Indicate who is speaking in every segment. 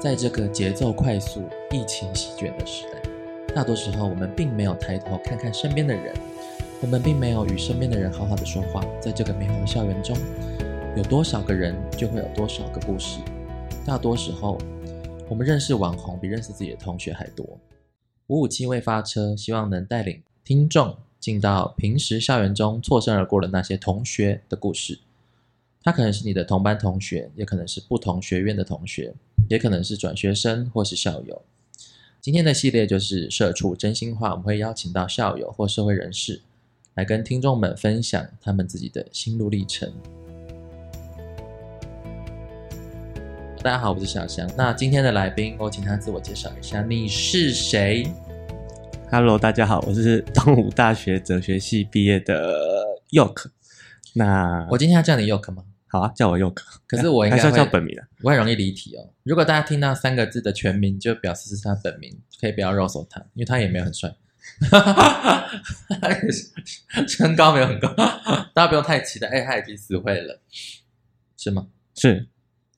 Speaker 1: 在这个节奏快速、疫情席卷的时代，大多时候我们并没有抬头看看身边的人，我们并没有与身边的人好好的说话。在这个美好的校园中，有多少个人，就会有多少个故事。大多时候，我们认识网红比认识自己的同学还多。五五七未发车，希望能带领听众进到平时校园中错身而过的那些同学的故事。他可能是你的同班同学，也可能是不同学院的同学，也可能是转学生或是校友。今天的系列就是社畜真心话，我们会邀请到校友或社会人士来跟听众们分享他们自己的心路历程。大家好，我是小翔。那今天的来宾，我请他自我介绍一下，你是谁？
Speaker 2: Hello，大家好，我是 东吴大学哲学系毕业的 York。那
Speaker 1: 我今天要叫你 Yoke 吗？
Speaker 2: 好啊，叫我 York。
Speaker 1: 可是我应
Speaker 2: 还
Speaker 1: 该
Speaker 2: 是要
Speaker 1: 会
Speaker 2: 叫本名啊。
Speaker 1: 我很容易离题哦。如果大家听到三个字的全名，就表示是他本名，可以不要肉搜他，因为他也没有很帅， 身高没有很高，大家不用太期待。哎，他已经死会了，是吗？
Speaker 2: 是，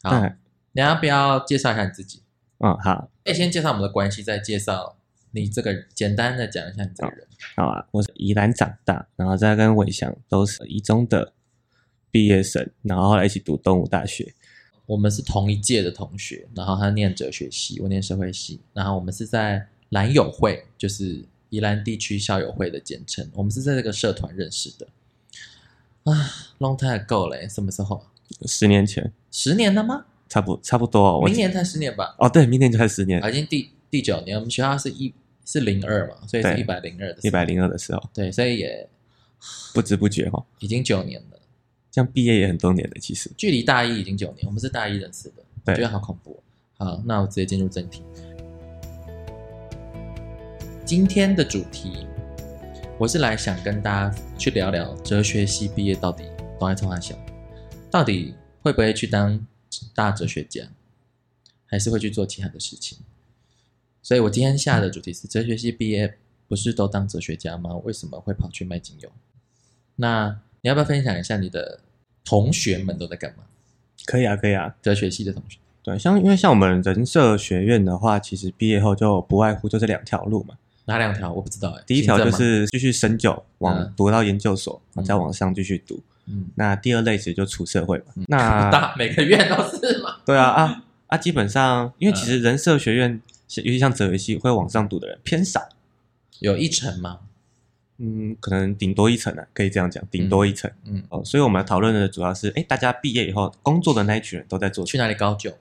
Speaker 1: 好，
Speaker 2: 但
Speaker 1: 你要不要介绍一下你自己？
Speaker 2: 嗯，好，
Speaker 1: 哎，先介绍我们的关系，再介绍你这个人简单的讲一下你这个人。
Speaker 2: 好啊。我是宜兰长大，然后再跟伟翔都是一中的毕业生，然后后来一起读东吴大学。
Speaker 1: 我们是同一届的同学，然后他念哲学系，我念社会系，然后我们是在兰友会，就是宜兰地区校友会的简称，我们是在这个社团认识的。啊，long time ago 嘞，什么时候啊？
Speaker 2: 十年前，
Speaker 1: 十年了吗？
Speaker 2: 差不差不多、哦。我
Speaker 1: 明年才十年吧，
Speaker 2: 哦，对，明年就是十年
Speaker 1: 啊，已经第第九年。我们学校是一是零二嘛，所以是一
Speaker 2: 对
Speaker 1: 百零二的
Speaker 2: 一百零二的时候，
Speaker 1: 对，所以也
Speaker 2: 不知不觉哦，
Speaker 1: 已经九年了，
Speaker 2: 这样毕业也很多年了，其实。
Speaker 1: 距离大一已经九年，我们是大一认识的，我
Speaker 2: 对
Speaker 1: 觉得好恐怖哦、好，那我直接进入正题。今天的主题，我是来想跟大家去聊聊哲学系毕业到底都在冲啥小，到底会不会去当大哲学家，还是会去做其他的事情？所以我今天下的主题是哲学系毕业不是都当哲学家吗？为什么会跑去卖精油？那你要不要分享一下你的同学们都在干嘛？
Speaker 2: 可以啊，可以啊。
Speaker 1: 哲学系的同学，
Speaker 2: 对，像因为像我们人社学院的话，其实毕业后就不外乎就这两条路嘛。
Speaker 1: 哪两条我不知道哎、
Speaker 2: 第一条就
Speaker 1: 行政吗，
Speaker 2: 是继续深究，往
Speaker 1: 嗯
Speaker 2: 读到研究所，
Speaker 1: 嗯
Speaker 2: 再往上继续读。
Speaker 1: 嗯，
Speaker 2: 那第二类其实就出社会嘛。
Speaker 1: 很嗯
Speaker 2: 那
Speaker 1: 大每个月都是嘛，
Speaker 2: 对啊啊啊，基本上因
Speaker 1: 嗯
Speaker 2: 为其实人社学院，尤其像哲学系会往上读的人偏少，
Speaker 1: 有一成吗？
Speaker 2: 嗯，可能顶多一层啊，可以这样讲，顶多一层。
Speaker 1: 嗯，
Speaker 2: 哦，所以我们讨论的主要是，哎，大家毕业以后工作的那一群人都在做什么
Speaker 1: 去哪里高就？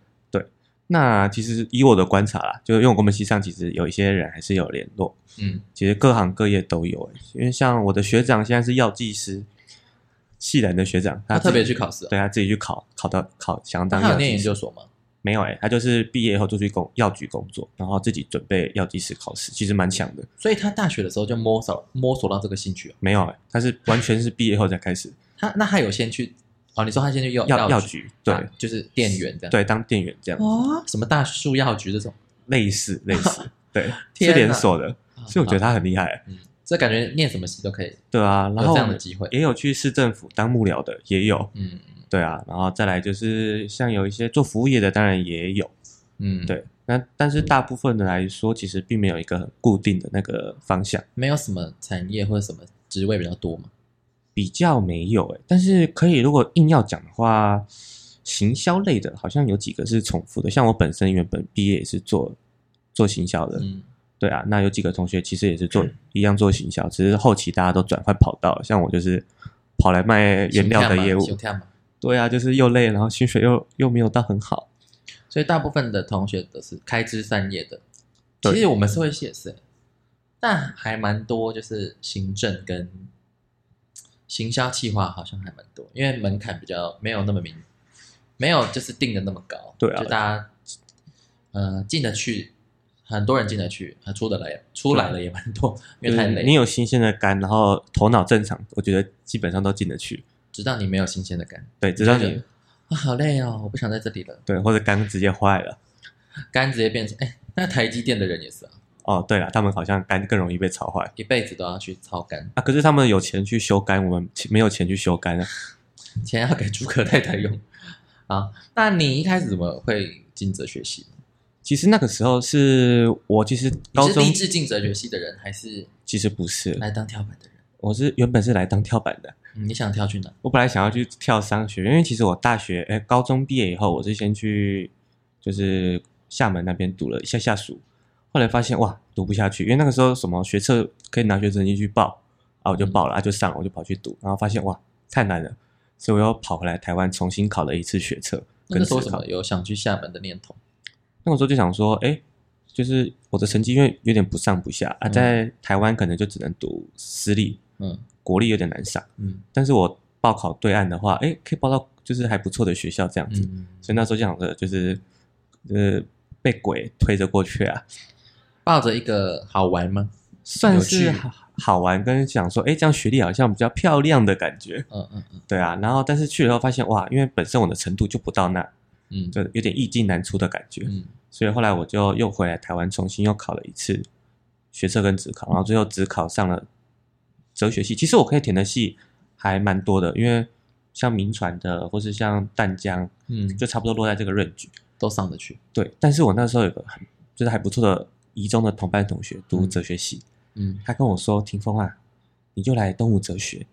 Speaker 2: 那其实以我的观察啦，就是因为我跟我们系上其实有一些人还是有联络，
Speaker 1: 嗯，
Speaker 2: 其实各行各业都有、欸，因为像我的学长现在是药剂师，系南的学长，
Speaker 1: 他
Speaker 2: 自
Speaker 1: 特别
Speaker 2: 己
Speaker 1: 去考试、啊，
Speaker 2: 对他自己去考，考到考想要
Speaker 1: 那
Speaker 2: 当
Speaker 1: 他
Speaker 2: 药
Speaker 1: 有念
Speaker 2: 剂
Speaker 1: 研
Speaker 2: 师，
Speaker 1: 究所吗？
Speaker 2: 没有哎、他就是毕业以后就去工药局工作，然后自己准备药剂师考试，其实蛮强的。
Speaker 1: 所以他大学的时候就摸索摸索到这个兴趣、哦。
Speaker 2: 没有哎、他是完全是毕业后才开始
Speaker 1: 他那他有先去哦？你说他先去药
Speaker 2: 药药
Speaker 1: 药
Speaker 2: 局，对、
Speaker 1: 啊就是店员这样。
Speaker 2: 对，当店员这样，
Speaker 1: 哦，什么大树药局这种，
Speaker 2: 类似 类似，对，
Speaker 1: 天
Speaker 2: 是
Speaker 1: 哪
Speaker 2: 连锁的，所以我觉得
Speaker 1: 啊，
Speaker 2: 他很厉害欸、
Speaker 1: 嗯，这感觉念什么系都可以
Speaker 2: 对啊，然
Speaker 1: 有
Speaker 2: 后
Speaker 1: 这样的机会。
Speaker 2: 也有去市政府当幕僚的，也有。
Speaker 1: 嗯
Speaker 2: 对啊，然后再来就是像有一些做服务业的，当然也有。
Speaker 1: 嗯，，
Speaker 2: 对，那但是大部分的来说，其实并没有一个很固定的那个方向，
Speaker 1: 没有什么产业或者什么职位比较多嘛。
Speaker 2: 比较没有诶、但是可以，如果硬要讲的话，行销类的好像有几个是重复的，像我本身原本毕业也是做做行销的，
Speaker 1: 嗯，
Speaker 2: 对啊，那有几个同学其实也是做、一样做行销，只是后期大家都转换跑道了，像我就是跑来卖原料的业务，
Speaker 1: 熊跳嘛。
Speaker 2: 对啊，就是又累，然后薪水又又没有到很好，
Speaker 1: 所以大部分的同学都是开枝散叶的。
Speaker 2: 对
Speaker 1: 其实我们社会系也是，欸但还蛮多，就是行政跟行销企划好像还蛮多，因为门槛比较没有那么明，没有就是定的那么高。
Speaker 2: 对啊
Speaker 1: 就大家呃进得去，很多人进得去，还出得来，出来了也蛮多，因为太
Speaker 2: 就是
Speaker 1: 累。
Speaker 2: 你有新鲜的肝，然后头脑正常，我觉得基本上都进得去。
Speaker 1: 直到你没有新鲜的感，
Speaker 2: 对，直到
Speaker 1: 就是
Speaker 2: 你
Speaker 1: 啊，好累哦，我不想在这里了，
Speaker 2: 对或者肝直接坏了。
Speaker 1: 肝直接变成哎，那台积电的人也是啊，
Speaker 2: 哦，对了，他们好像肝更容易被炒坏
Speaker 1: 一辈子都要去操肝。
Speaker 2: 啊。可是他们有钱去修肝，我们没有钱去修肝啊。
Speaker 1: 钱 要给诸葛太太用。啊，那你一开始怎么会进哲学系？
Speaker 2: 其实那个时候是我其实高
Speaker 1: 你是
Speaker 2: 中
Speaker 1: 立志进哲学系的人，还是
Speaker 2: 其实不是，
Speaker 1: 来当跳板的人？
Speaker 2: 我是原本是来当跳板的。
Speaker 1: 嗯你想跳去哪？
Speaker 2: 我本来想要去跳商学，因为其实我大学哎、高中毕业以后，我是先去就是厦门那边读了一下下暑，后来发现哇读不下去，因为那个时候什么学测可以拿学生进去报啊，我就报了，啊就上了，我就跑去读，然后发现哇太难了，所以我又跑回来台湾重新考了一次学测
Speaker 1: 那个
Speaker 2: 跟
Speaker 1: 时候
Speaker 2: 自
Speaker 1: 为什
Speaker 2: 考
Speaker 1: 么。有想去厦门的念头？
Speaker 2: 那个时候就想说，哎、就是我的成绩因为有点不上不下啊，
Speaker 1: 嗯
Speaker 2: 在台湾可能就只能读私立，
Speaker 1: 嗯
Speaker 2: 国立有点难上。
Speaker 1: 嗯
Speaker 2: 但是我报考对岸的话，哎，可以报到就是还不错的学校这样子，
Speaker 1: 嗯，
Speaker 2: 所以那时候就想着就是呃被鬼推着过去啊，
Speaker 1: 抱着一个好玩吗？
Speaker 2: 算
Speaker 1: 有趣
Speaker 2: 是好好玩跟想说，哎，这样学历好像比较漂亮的感觉，
Speaker 1: 嗯嗯嗯
Speaker 2: 对啊，然后但是去了后发现哇，因为本身我的程度就不到那，
Speaker 1: 嗯，
Speaker 2: 就有点易进难出的感觉，
Speaker 1: 嗯
Speaker 2: 所以后来我就又回来台湾重新又考了一次学测跟职考，然后最后职考上了哲学系。其实我可以填的系还蛮多的，因为像民传的或是像淡江，
Speaker 1: 嗯，
Speaker 2: 就差不多落在这个 range。
Speaker 1: 都上得去。
Speaker 2: 对，但是我那时候有个很就是还不错的移中的同班同学读哲学系，
Speaker 1: 嗯，
Speaker 2: 他跟我说：“霆锋啊，你就来东吴哲学，
Speaker 1: 为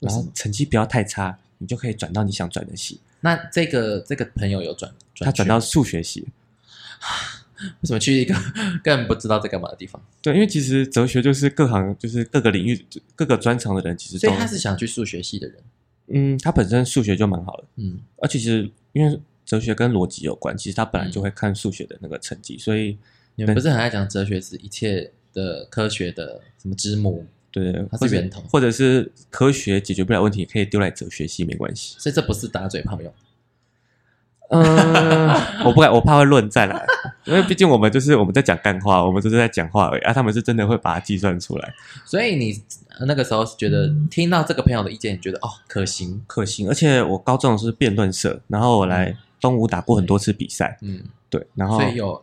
Speaker 2: 然
Speaker 1: 什么
Speaker 2: 后成绩不要太差，你就可以转到你想转的系。
Speaker 1: 那这个这个朋友有转，”转
Speaker 2: 他转
Speaker 1: 去
Speaker 2: 到数学系，
Speaker 1: 为什么去一个 更不知道在干嘛的地方？
Speaker 2: 对，因为其实哲学就是各行就是各个领域各个专长的人，其实
Speaker 1: 所
Speaker 2: 都
Speaker 1: 以他是想去数学系的人。
Speaker 2: 嗯，他本身数学就蛮好的，
Speaker 1: 嗯
Speaker 2: 而且其实因为哲学跟逻辑有关，其实他本来就会看数学的那个成绩，所以
Speaker 1: 你嗯们不是很爱讲哲学是一切的科学的什么之母，
Speaker 2: 对，
Speaker 1: 它是
Speaker 2: 或者
Speaker 1: 源头
Speaker 2: 或者是科学解决不了问题，也可以丢来哲学系没 关系。
Speaker 1: 所以这不是打嘴炮用。呃
Speaker 2: 嗯，我不敢，我怕会论战啦，因为毕竟我们就是我们在讲干话，我们就是在讲话而已，啊，他们是真的会把它计算出来，
Speaker 1: 所以你呃那个时候是觉得
Speaker 2: 嗯
Speaker 1: 听到这个朋友的意见，你觉得哦可行，
Speaker 2: 可行。而且我高中的时候是辩论社，然后我来东吴打过很多次比赛，
Speaker 1: 嗯，
Speaker 2: 对，然后
Speaker 1: 所以有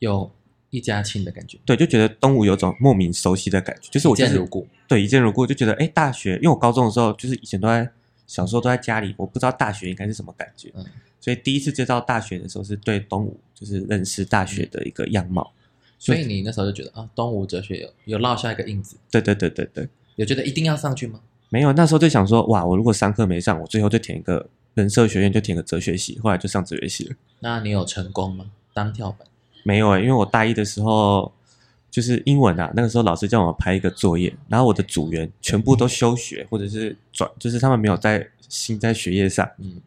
Speaker 1: 有一家亲的感觉，
Speaker 2: 对，就觉得东吴有种莫名熟悉的感觉，就是我、
Speaker 1: 一
Speaker 2: 就是、
Speaker 1: 见如故。
Speaker 2: 对一见如故，就觉得哎，大学，因为我高中的时候就是以前都在小时候都在家里，我不知道大学应该是什么感觉，
Speaker 1: 嗯
Speaker 2: 所以第一次接到大学的时候是对东吴就是认识大学的一个样貌，
Speaker 1: 所以你那时候就觉得啊，东吴哲学有有落下一个印子，
Speaker 2: 对对对对对，
Speaker 1: 有觉得一定要上去吗？
Speaker 2: 没有那时候就想说哇，我如果上课没上，我最后就填一个人社学院，就填个哲学系，后来就上哲学系了，
Speaker 1: 那你有成功吗？当跳板，
Speaker 2: 没有哎、因为我大一的时候。就是英文啊，那个时候老师叫我拍一个作业，然后我的组员全部都休学，或者是转，就是他们没有在心在学业上，
Speaker 1: 嗯，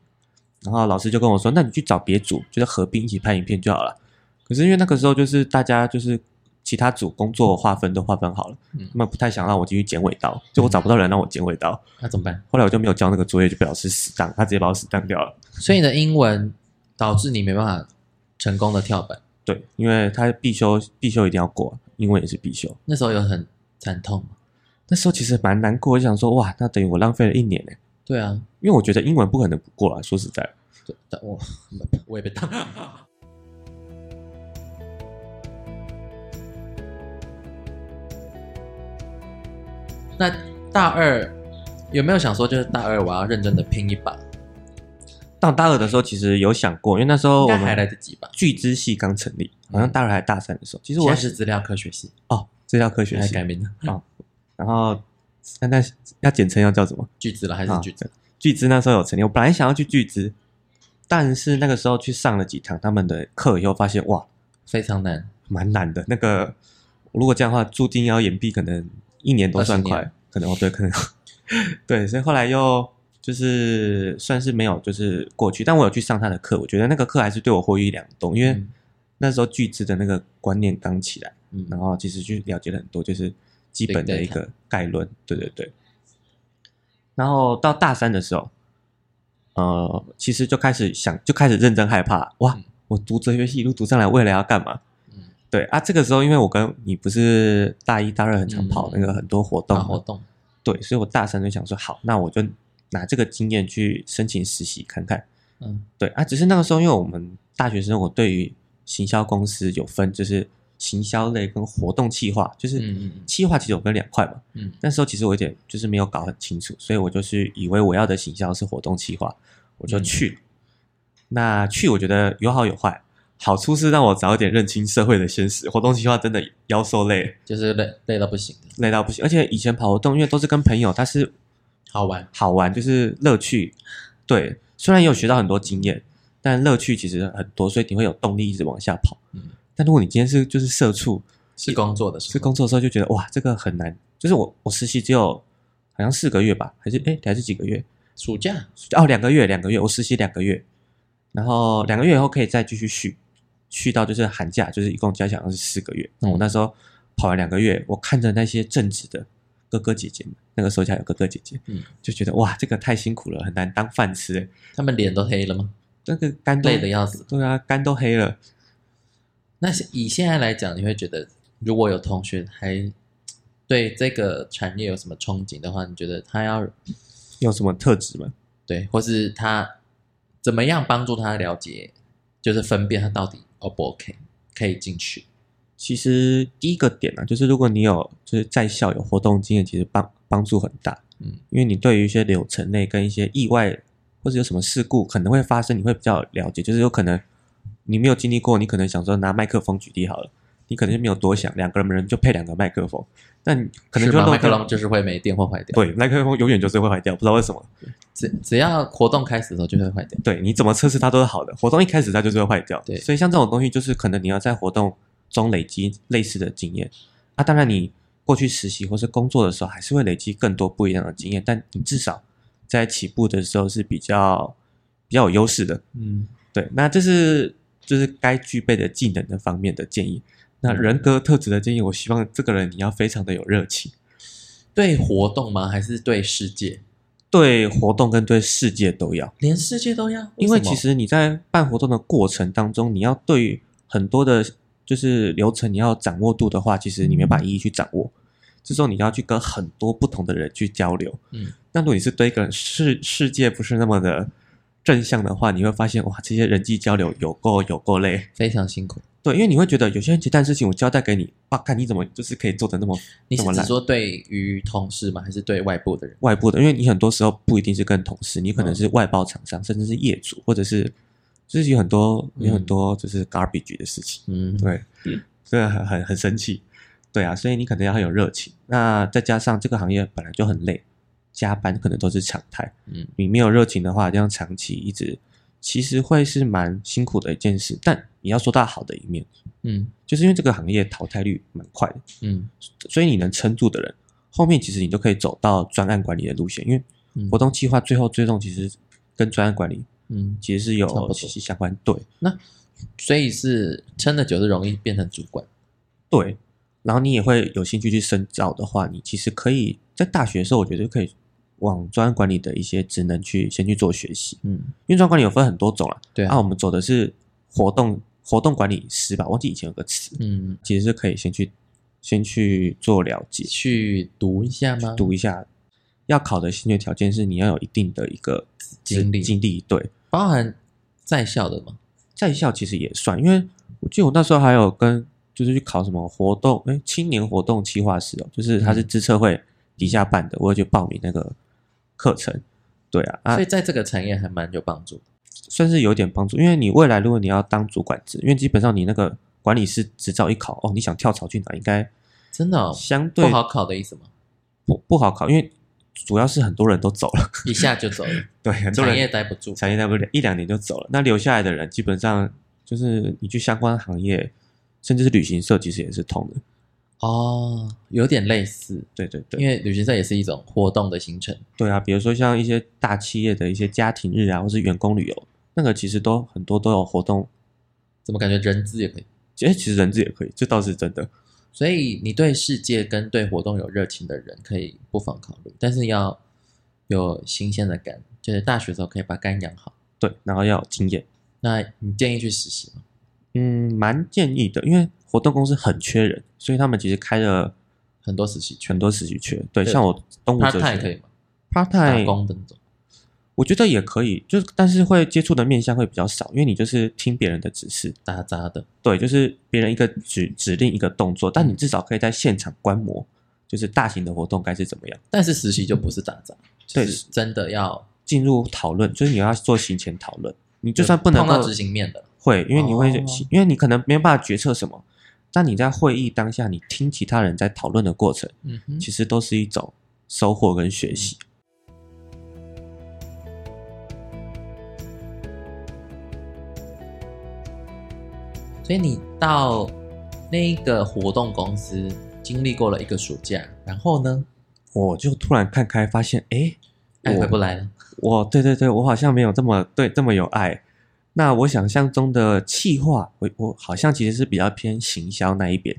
Speaker 2: 然后老师就跟我说：“那你去找别组，就是合并一起拍影片就好了。”可是因为那个时候就是大家就是其他组工作划分都划分好了，
Speaker 1: 嗯
Speaker 2: 他们不太想让我继续剪尾刀，就我找不到人让我剪尾刀。
Speaker 1: 那怎么办？
Speaker 2: 后来我就没有交那个作业，就被老师死当，他直接把我死当掉了。
Speaker 1: 所以你的英文导致你没办法成功的跳板，
Speaker 2: 对，因为他必修必修一定要过，英文也是必修。
Speaker 1: 那时候有很惨痛吗？
Speaker 2: 那时候其实蛮难过，我想说哇，那等于我浪费了一年呢、
Speaker 1: 对啊，
Speaker 2: 因为我觉得英文不可能不过啊，说实在，
Speaker 1: 对但我我也被当。 那大二有没有想说，就是大二我要认真的拼一把？
Speaker 2: 到大二的时候其实有想过，因为那时候
Speaker 1: 应
Speaker 2: 哦我
Speaker 1: 该
Speaker 2: 们
Speaker 1: 还来得及吧？
Speaker 2: 巨资系刚成立，好像大二还大三的时候，其实
Speaker 1: 现
Speaker 2: 我
Speaker 1: 在是资料科学系，
Speaker 2: 哦，这叫科学
Speaker 1: 还
Speaker 2: 系
Speaker 1: 改名了，
Speaker 2: 然后那那要简称要叫什么？
Speaker 1: 巨资了还是
Speaker 2: 啊
Speaker 1: 巨资？
Speaker 2: 巨资那时候有成立，我本来想要去巨资，但是那个时候去上了几堂他们的课以后，发现哇，
Speaker 1: 非常难，
Speaker 2: 蛮难的。那个如果这样的话，注定要延毕，可能一年都算
Speaker 1: 20
Speaker 2: 快
Speaker 1: 年，
Speaker 2: 可能哦对，可能 对，所以后来又就是算是没有就是过去，但我有去上他的课，我觉得那个课还是对我获益良多，因为
Speaker 1: 嗯
Speaker 2: 那时候巨资的那个观念刚起来，
Speaker 1: 嗯，
Speaker 2: 然后其实去了解了很多，就是基本的一个概论，对对对。然后到大三的时候，呃，其实就开始想，就开始认真害怕，哇，
Speaker 1: 嗯
Speaker 2: 我读哲学系一路读上来，未来要干嘛？
Speaker 1: 嗯
Speaker 2: 对啊，这个时候因为我跟你不是大一大二很常跑
Speaker 1: 嗯
Speaker 2: 那个很多活动
Speaker 1: 大
Speaker 2: 嘛，
Speaker 1: 活动，
Speaker 2: 对，所以我大三就想说，好，那我就拿这个经验去申请实习看看。
Speaker 1: 嗯
Speaker 2: 对啊，只是那个时候，因为我们大学生，我对于行销公司有分，就是行销类跟活动企划，就
Speaker 1: 嗯
Speaker 2: 是
Speaker 1: 嗯
Speaker 2: 企划其实有分两块嘛。
Speaker 1: 嗯
Speaker 2: 那时候其实我有点就是没有搞很清楚，所以我就是以为我要的行销是活动企划，我就去了。那去我觉得有好有坏，好处是让我早点认清社会的现实，活动计划真的腰受累，
Speaker 1: 就是累累到不行的，
Speaker 2: 累到不行。而且以前跑活动，因为都是跟朋友，它是
Speaker 1: 好玩。
Speaker 2: 好玩，就是乐趣。对，虽然也有学到很多经验，但乐趣其实很多，所以你会有动力一直往下跑。
Speaker 1: 嗯
Speaker 2: 但如果你今天是就是社畜，
Speaker 1: 是工作的时候，
Speaker 2: 是工作的时候就觉得哇，这个很难。就是我我实习只有好像四个月吧，还是哎还是几个月？
Speaker 1: 暑假
Speaker 2: 哦，两个月，两个月，我实习两个月，然后两个月以后可以再继续续，续到就是寒假，就是一共加起来好像是四个月。那我那时候跑完两个月，我看着那些正职的哥哥姐姐们，那个时候家有哥哥姐姐，
Speaker 1: 嗯
Speaker 2: 就觉得哇，这个太辛苦了，很难当饭吃，欸
Speaker 1: 他们脸都黑了吗？
Speaker 2: 那个肝都
Speaker 1: 累的要死。
Speaker 2: 对啊，肝都黑了。
Speaker 1: 那是以现在来讲，你会觉得如果有同学还对这个产业有什么憧憬的话，你觉得他要
Speaker 2: 有什么特质吗？
Speaker 1: 对，或是他怎么样帮助他了解，就是分辨他到底 O 不 OK，可以进去。
Speaker 2: 其实第一个点呢、啊，就是如果你有就是在校有活动经验，其实帮帮助很大。
Speaker 1: 嗯，
Speaker 2: 因为你对于一些流程内跟一些意外或者有什么事故可能会发生，你会比较了解。就是有可能你没有经历过，你可能想说拿麦克风举例好了，你可能就没有多想，两个人就配两个麦克风，那你可能
Speaker 1: 是
Speaker 2: 就
Speaker 1: 吗
Speaker 2: 漏
Speaker 1: 麦克
Speaker 2: 掉
Speaker 1: 风就是会没电或坏掉，
Speaker 2: 对，麦克风永远就是会坏掉，不知道为什么。
Speaker 1: 只只要活动开始的时候就会坏掉。
Speaker 2: 对你怎么测试它都是好的，活动一开始它就是会坏掉。
Speaker 1: 对
Speaker 2: 所以像这种东西，就是可能你要在活动中累积类似的经验啊。当然，你过去实习或是工作的时候，还是会累积更多不一样的经验，但你至少在起步的时候是比较比较有优势的。
Speaker 1: 嗯，
Speaker 2: 对，那这是就是该具备的技能的方面的建议。那人格特质的建议，我希望这个人你要非常的有热情，
Speaker 1: 对活动吗？还是对世界？
Speaker 2: 对活动跟对世界都要。
Speaker 1: 连世界都要？
Speaker 2: 因为
Speaker 1: 什么
Speaker 2: 其实你在办活动的过程当中，你要对于很多的，就是流程你要掌握度的话，其实你
Speaker 1: 嗯
Speaker 2: 没办法一一去掌握。这时候你要去跟很多不同的人去交流。
Speaker 1: 嗯，
Speaker 2: 那如果你是对一个世世界不是那么的正向的话，你会发现哇，这些人际交流有够有够累。
Speaker 1: 非常辛苦。
Speaker 2: 对，因为你会觉得有些人其他事情我交代给你，哇，看你怎么就是可以做的那么
Speaker 1: 你是
Speaker 2: 那么
Speaker 1: 只
Speaker 2: 烂
Speaker 1: 说对于同事吗？还是对外部的人？
Speaker 2: 外部的，因为你很多时候不一定是跟同事，你可能
Speaker 1: 嗯
Speaker 2: 是外包厂商，甚至是业主，或者是就是有很多有很
Speaker 1: 嗯
Speaker 2: 多就是 garbage 的事情，
Speaker 1: 嗯，
Speaker 2: 对，这个很很很生气，对啊，所以你可能要很有热情，那再加上这个行业本来就很累，加班可能都是常态，
Speaker 1: 嗯，
Speaker 2: 你没有热情的话，这样长期一直其实会是蛮辛苦的一件事，但你要说到好的一面，
Speaker 1: 嗯
Speaker 2: 就是因为这个行业淘汰率蛮快的，
Speaker 1: 嗯
Speaker 2: 所以你能撑住的人，后面其实你都可以走到专案管理的路线，因为
Speaker 1: 嗯
Speaker 2: 活动计划最后追踪其实跟专案管理
Speaker 1: 嗯，
Speaker 2: 其实是
Speaker 1: 差不
Speaker 2: 有
Speaker 1: 多
Speaker 2: 息息相关。对
Speaker 1: 所以是撑的久是容易变成主管。
Speaker 2: 对，然后你也会有兴趣去深造的话，你其实可以在大学的时候，我觉得可以往专案管理的一些职能去先去做学习，
Speaker 1: 嗯，
Speaker 2: 因为专案管理有分很多种啦。
Speaker 1: 对啊
Speaker 2: 那、我们走的是活动活动管理师吧，忘记以前有个词，
Speaker 1: 嗯，
Speaker 2: 其实是可以先去先去做了解。
Speaker 1: 去读一下吗？
Speaker 2: 读一下，要考的先决条件是你要有一定的一个
Speaker 1: 经历
Speaker 2: 经历对，
Speaker 1: 包含在校的吗？
Speaker 2: 在校其实也算，因为我记得我那时候还有跟就是去考什么活动，哎，青年活动企划师哦，就是它是
Speaker 1: 嗯
Speaker 2: 资策会底下办的，我有去报名那个课程。对啊，啊
Speaker 1: 所以，在这个产业还蛮有帮助的。
Speaker 2: 算是有点帮助，因为你未来如果你要当主管职，因为基本上你那个管理师执照一考，哦，你想跳槽去哪，应该
Speaker 1: 真的、哦、
Speaker 2: 相对
Speaker 1: 不好考的意思 吗？
Speaker 2: 不不好考，因为主要是很多人都走了，
Speaker 1: 一下就走了，
Speaker 2: 对，很多人
Speaker 1: 产业待不住。
Speaker 2: 产业大不了一两年就走了。那留下来的人，基本上就是你去相关行业，甚至是旅行社，其实也是通的。
Speaker 1: 哦，有点类似，
Speaker 2: 对对对，
Speaker 1: 因为旅行社也是一种活动的行程。
Speaker 2: 对啊，比如说像一些大企业的一些家庭日啊，或是员工旅游，那个其实都很多都有活动。
Speaker 1: 怎么感觉人资也可以？
Speaker 2: 其实其实人资也可以，这倒是真的。
Speaker 1: 所以你对世界跟对活动有热情的人，可以不妨考虑，但是要有新鲜的肝，就是大学的时候可以把肝养好。
Speaker 2: 对，然后要有经验，
Speaker 1: 那你建议去实习吗？
Speaker 2: 嗯，蛮建议的，因为活动公司很缺人，所以他们其实开了
Speaker 1: 很多实习圈
Speaker 2: 很多实习缺。对，
Speaker 1: 对
Speaker 2: 像我东吴
Speaker 1: part
Speaker 2: 哲
Speaker 1: time
Speaker 2: 学
Speaker 1: 可以吗？
Speaker 2: part
Speaker 1: 打
Speaker 2: time
Speaker 1: 工的那种。
Speaker 2: 我觉得也可以，就是但是会接触的面向会比较少，因为你就是听别人的指示，
Speaker 1: 打杂的，
Speaker 2: 对，就是别人一个指指令一个动作，但你至少可以在现场观摩，就是大型的活动该是怎么样，
Speaker 1: 但是实习就不是打杂，
Speaker 2: 对
Speaker 1: 就是真的要
Speaker 2: 进入讨论，就是你要做行前讨论，你就算不能
Speaker 1: 碰到
Speaker 2: 够
Speaker 1: 执行面的，
Speaker 2: 会，因为你会
Speaker 1: 哦，
Speaker 2: 因为你可能没有办法决策什么，但你在会议当下，你听其他人在讨论的过程，
Speaker 1: 嗯哼，
Speaker 2: 其实都是一种收获跟学习。
Speaker 1: 嗯所以你到那个活动公司经历过了一个暑假，然后呢，
Speaker 2: 我就突然看开，发现，哎，
Speaker 1: 爱回
Speaker 2: 我
Speaker 1: 不来了。
Speaker 2: 我对对对，我好像没有这么对这么有爱。那我想象中的企划，我我好像其实是比较偏行销那一边。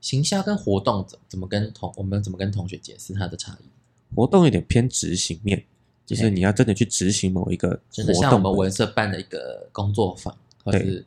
Speaker 1: 行销跟活动怎怎么跟同我们怎么跟同学解释它的差异？
Speaker 2: 活动有点偏执行面，就是
Speaker 1: 对
Speaker 2: 你要真的去执行某一个
Speaker 1: 真的
Speaker 2: 活
Speaker 1: 像我
Speaker 2: 动
Speaker 1: 们
Speaker 2: 本
Speaker 1: 文社办的一个工作坊，或
Speaker 2: 对
Speaker 1: 是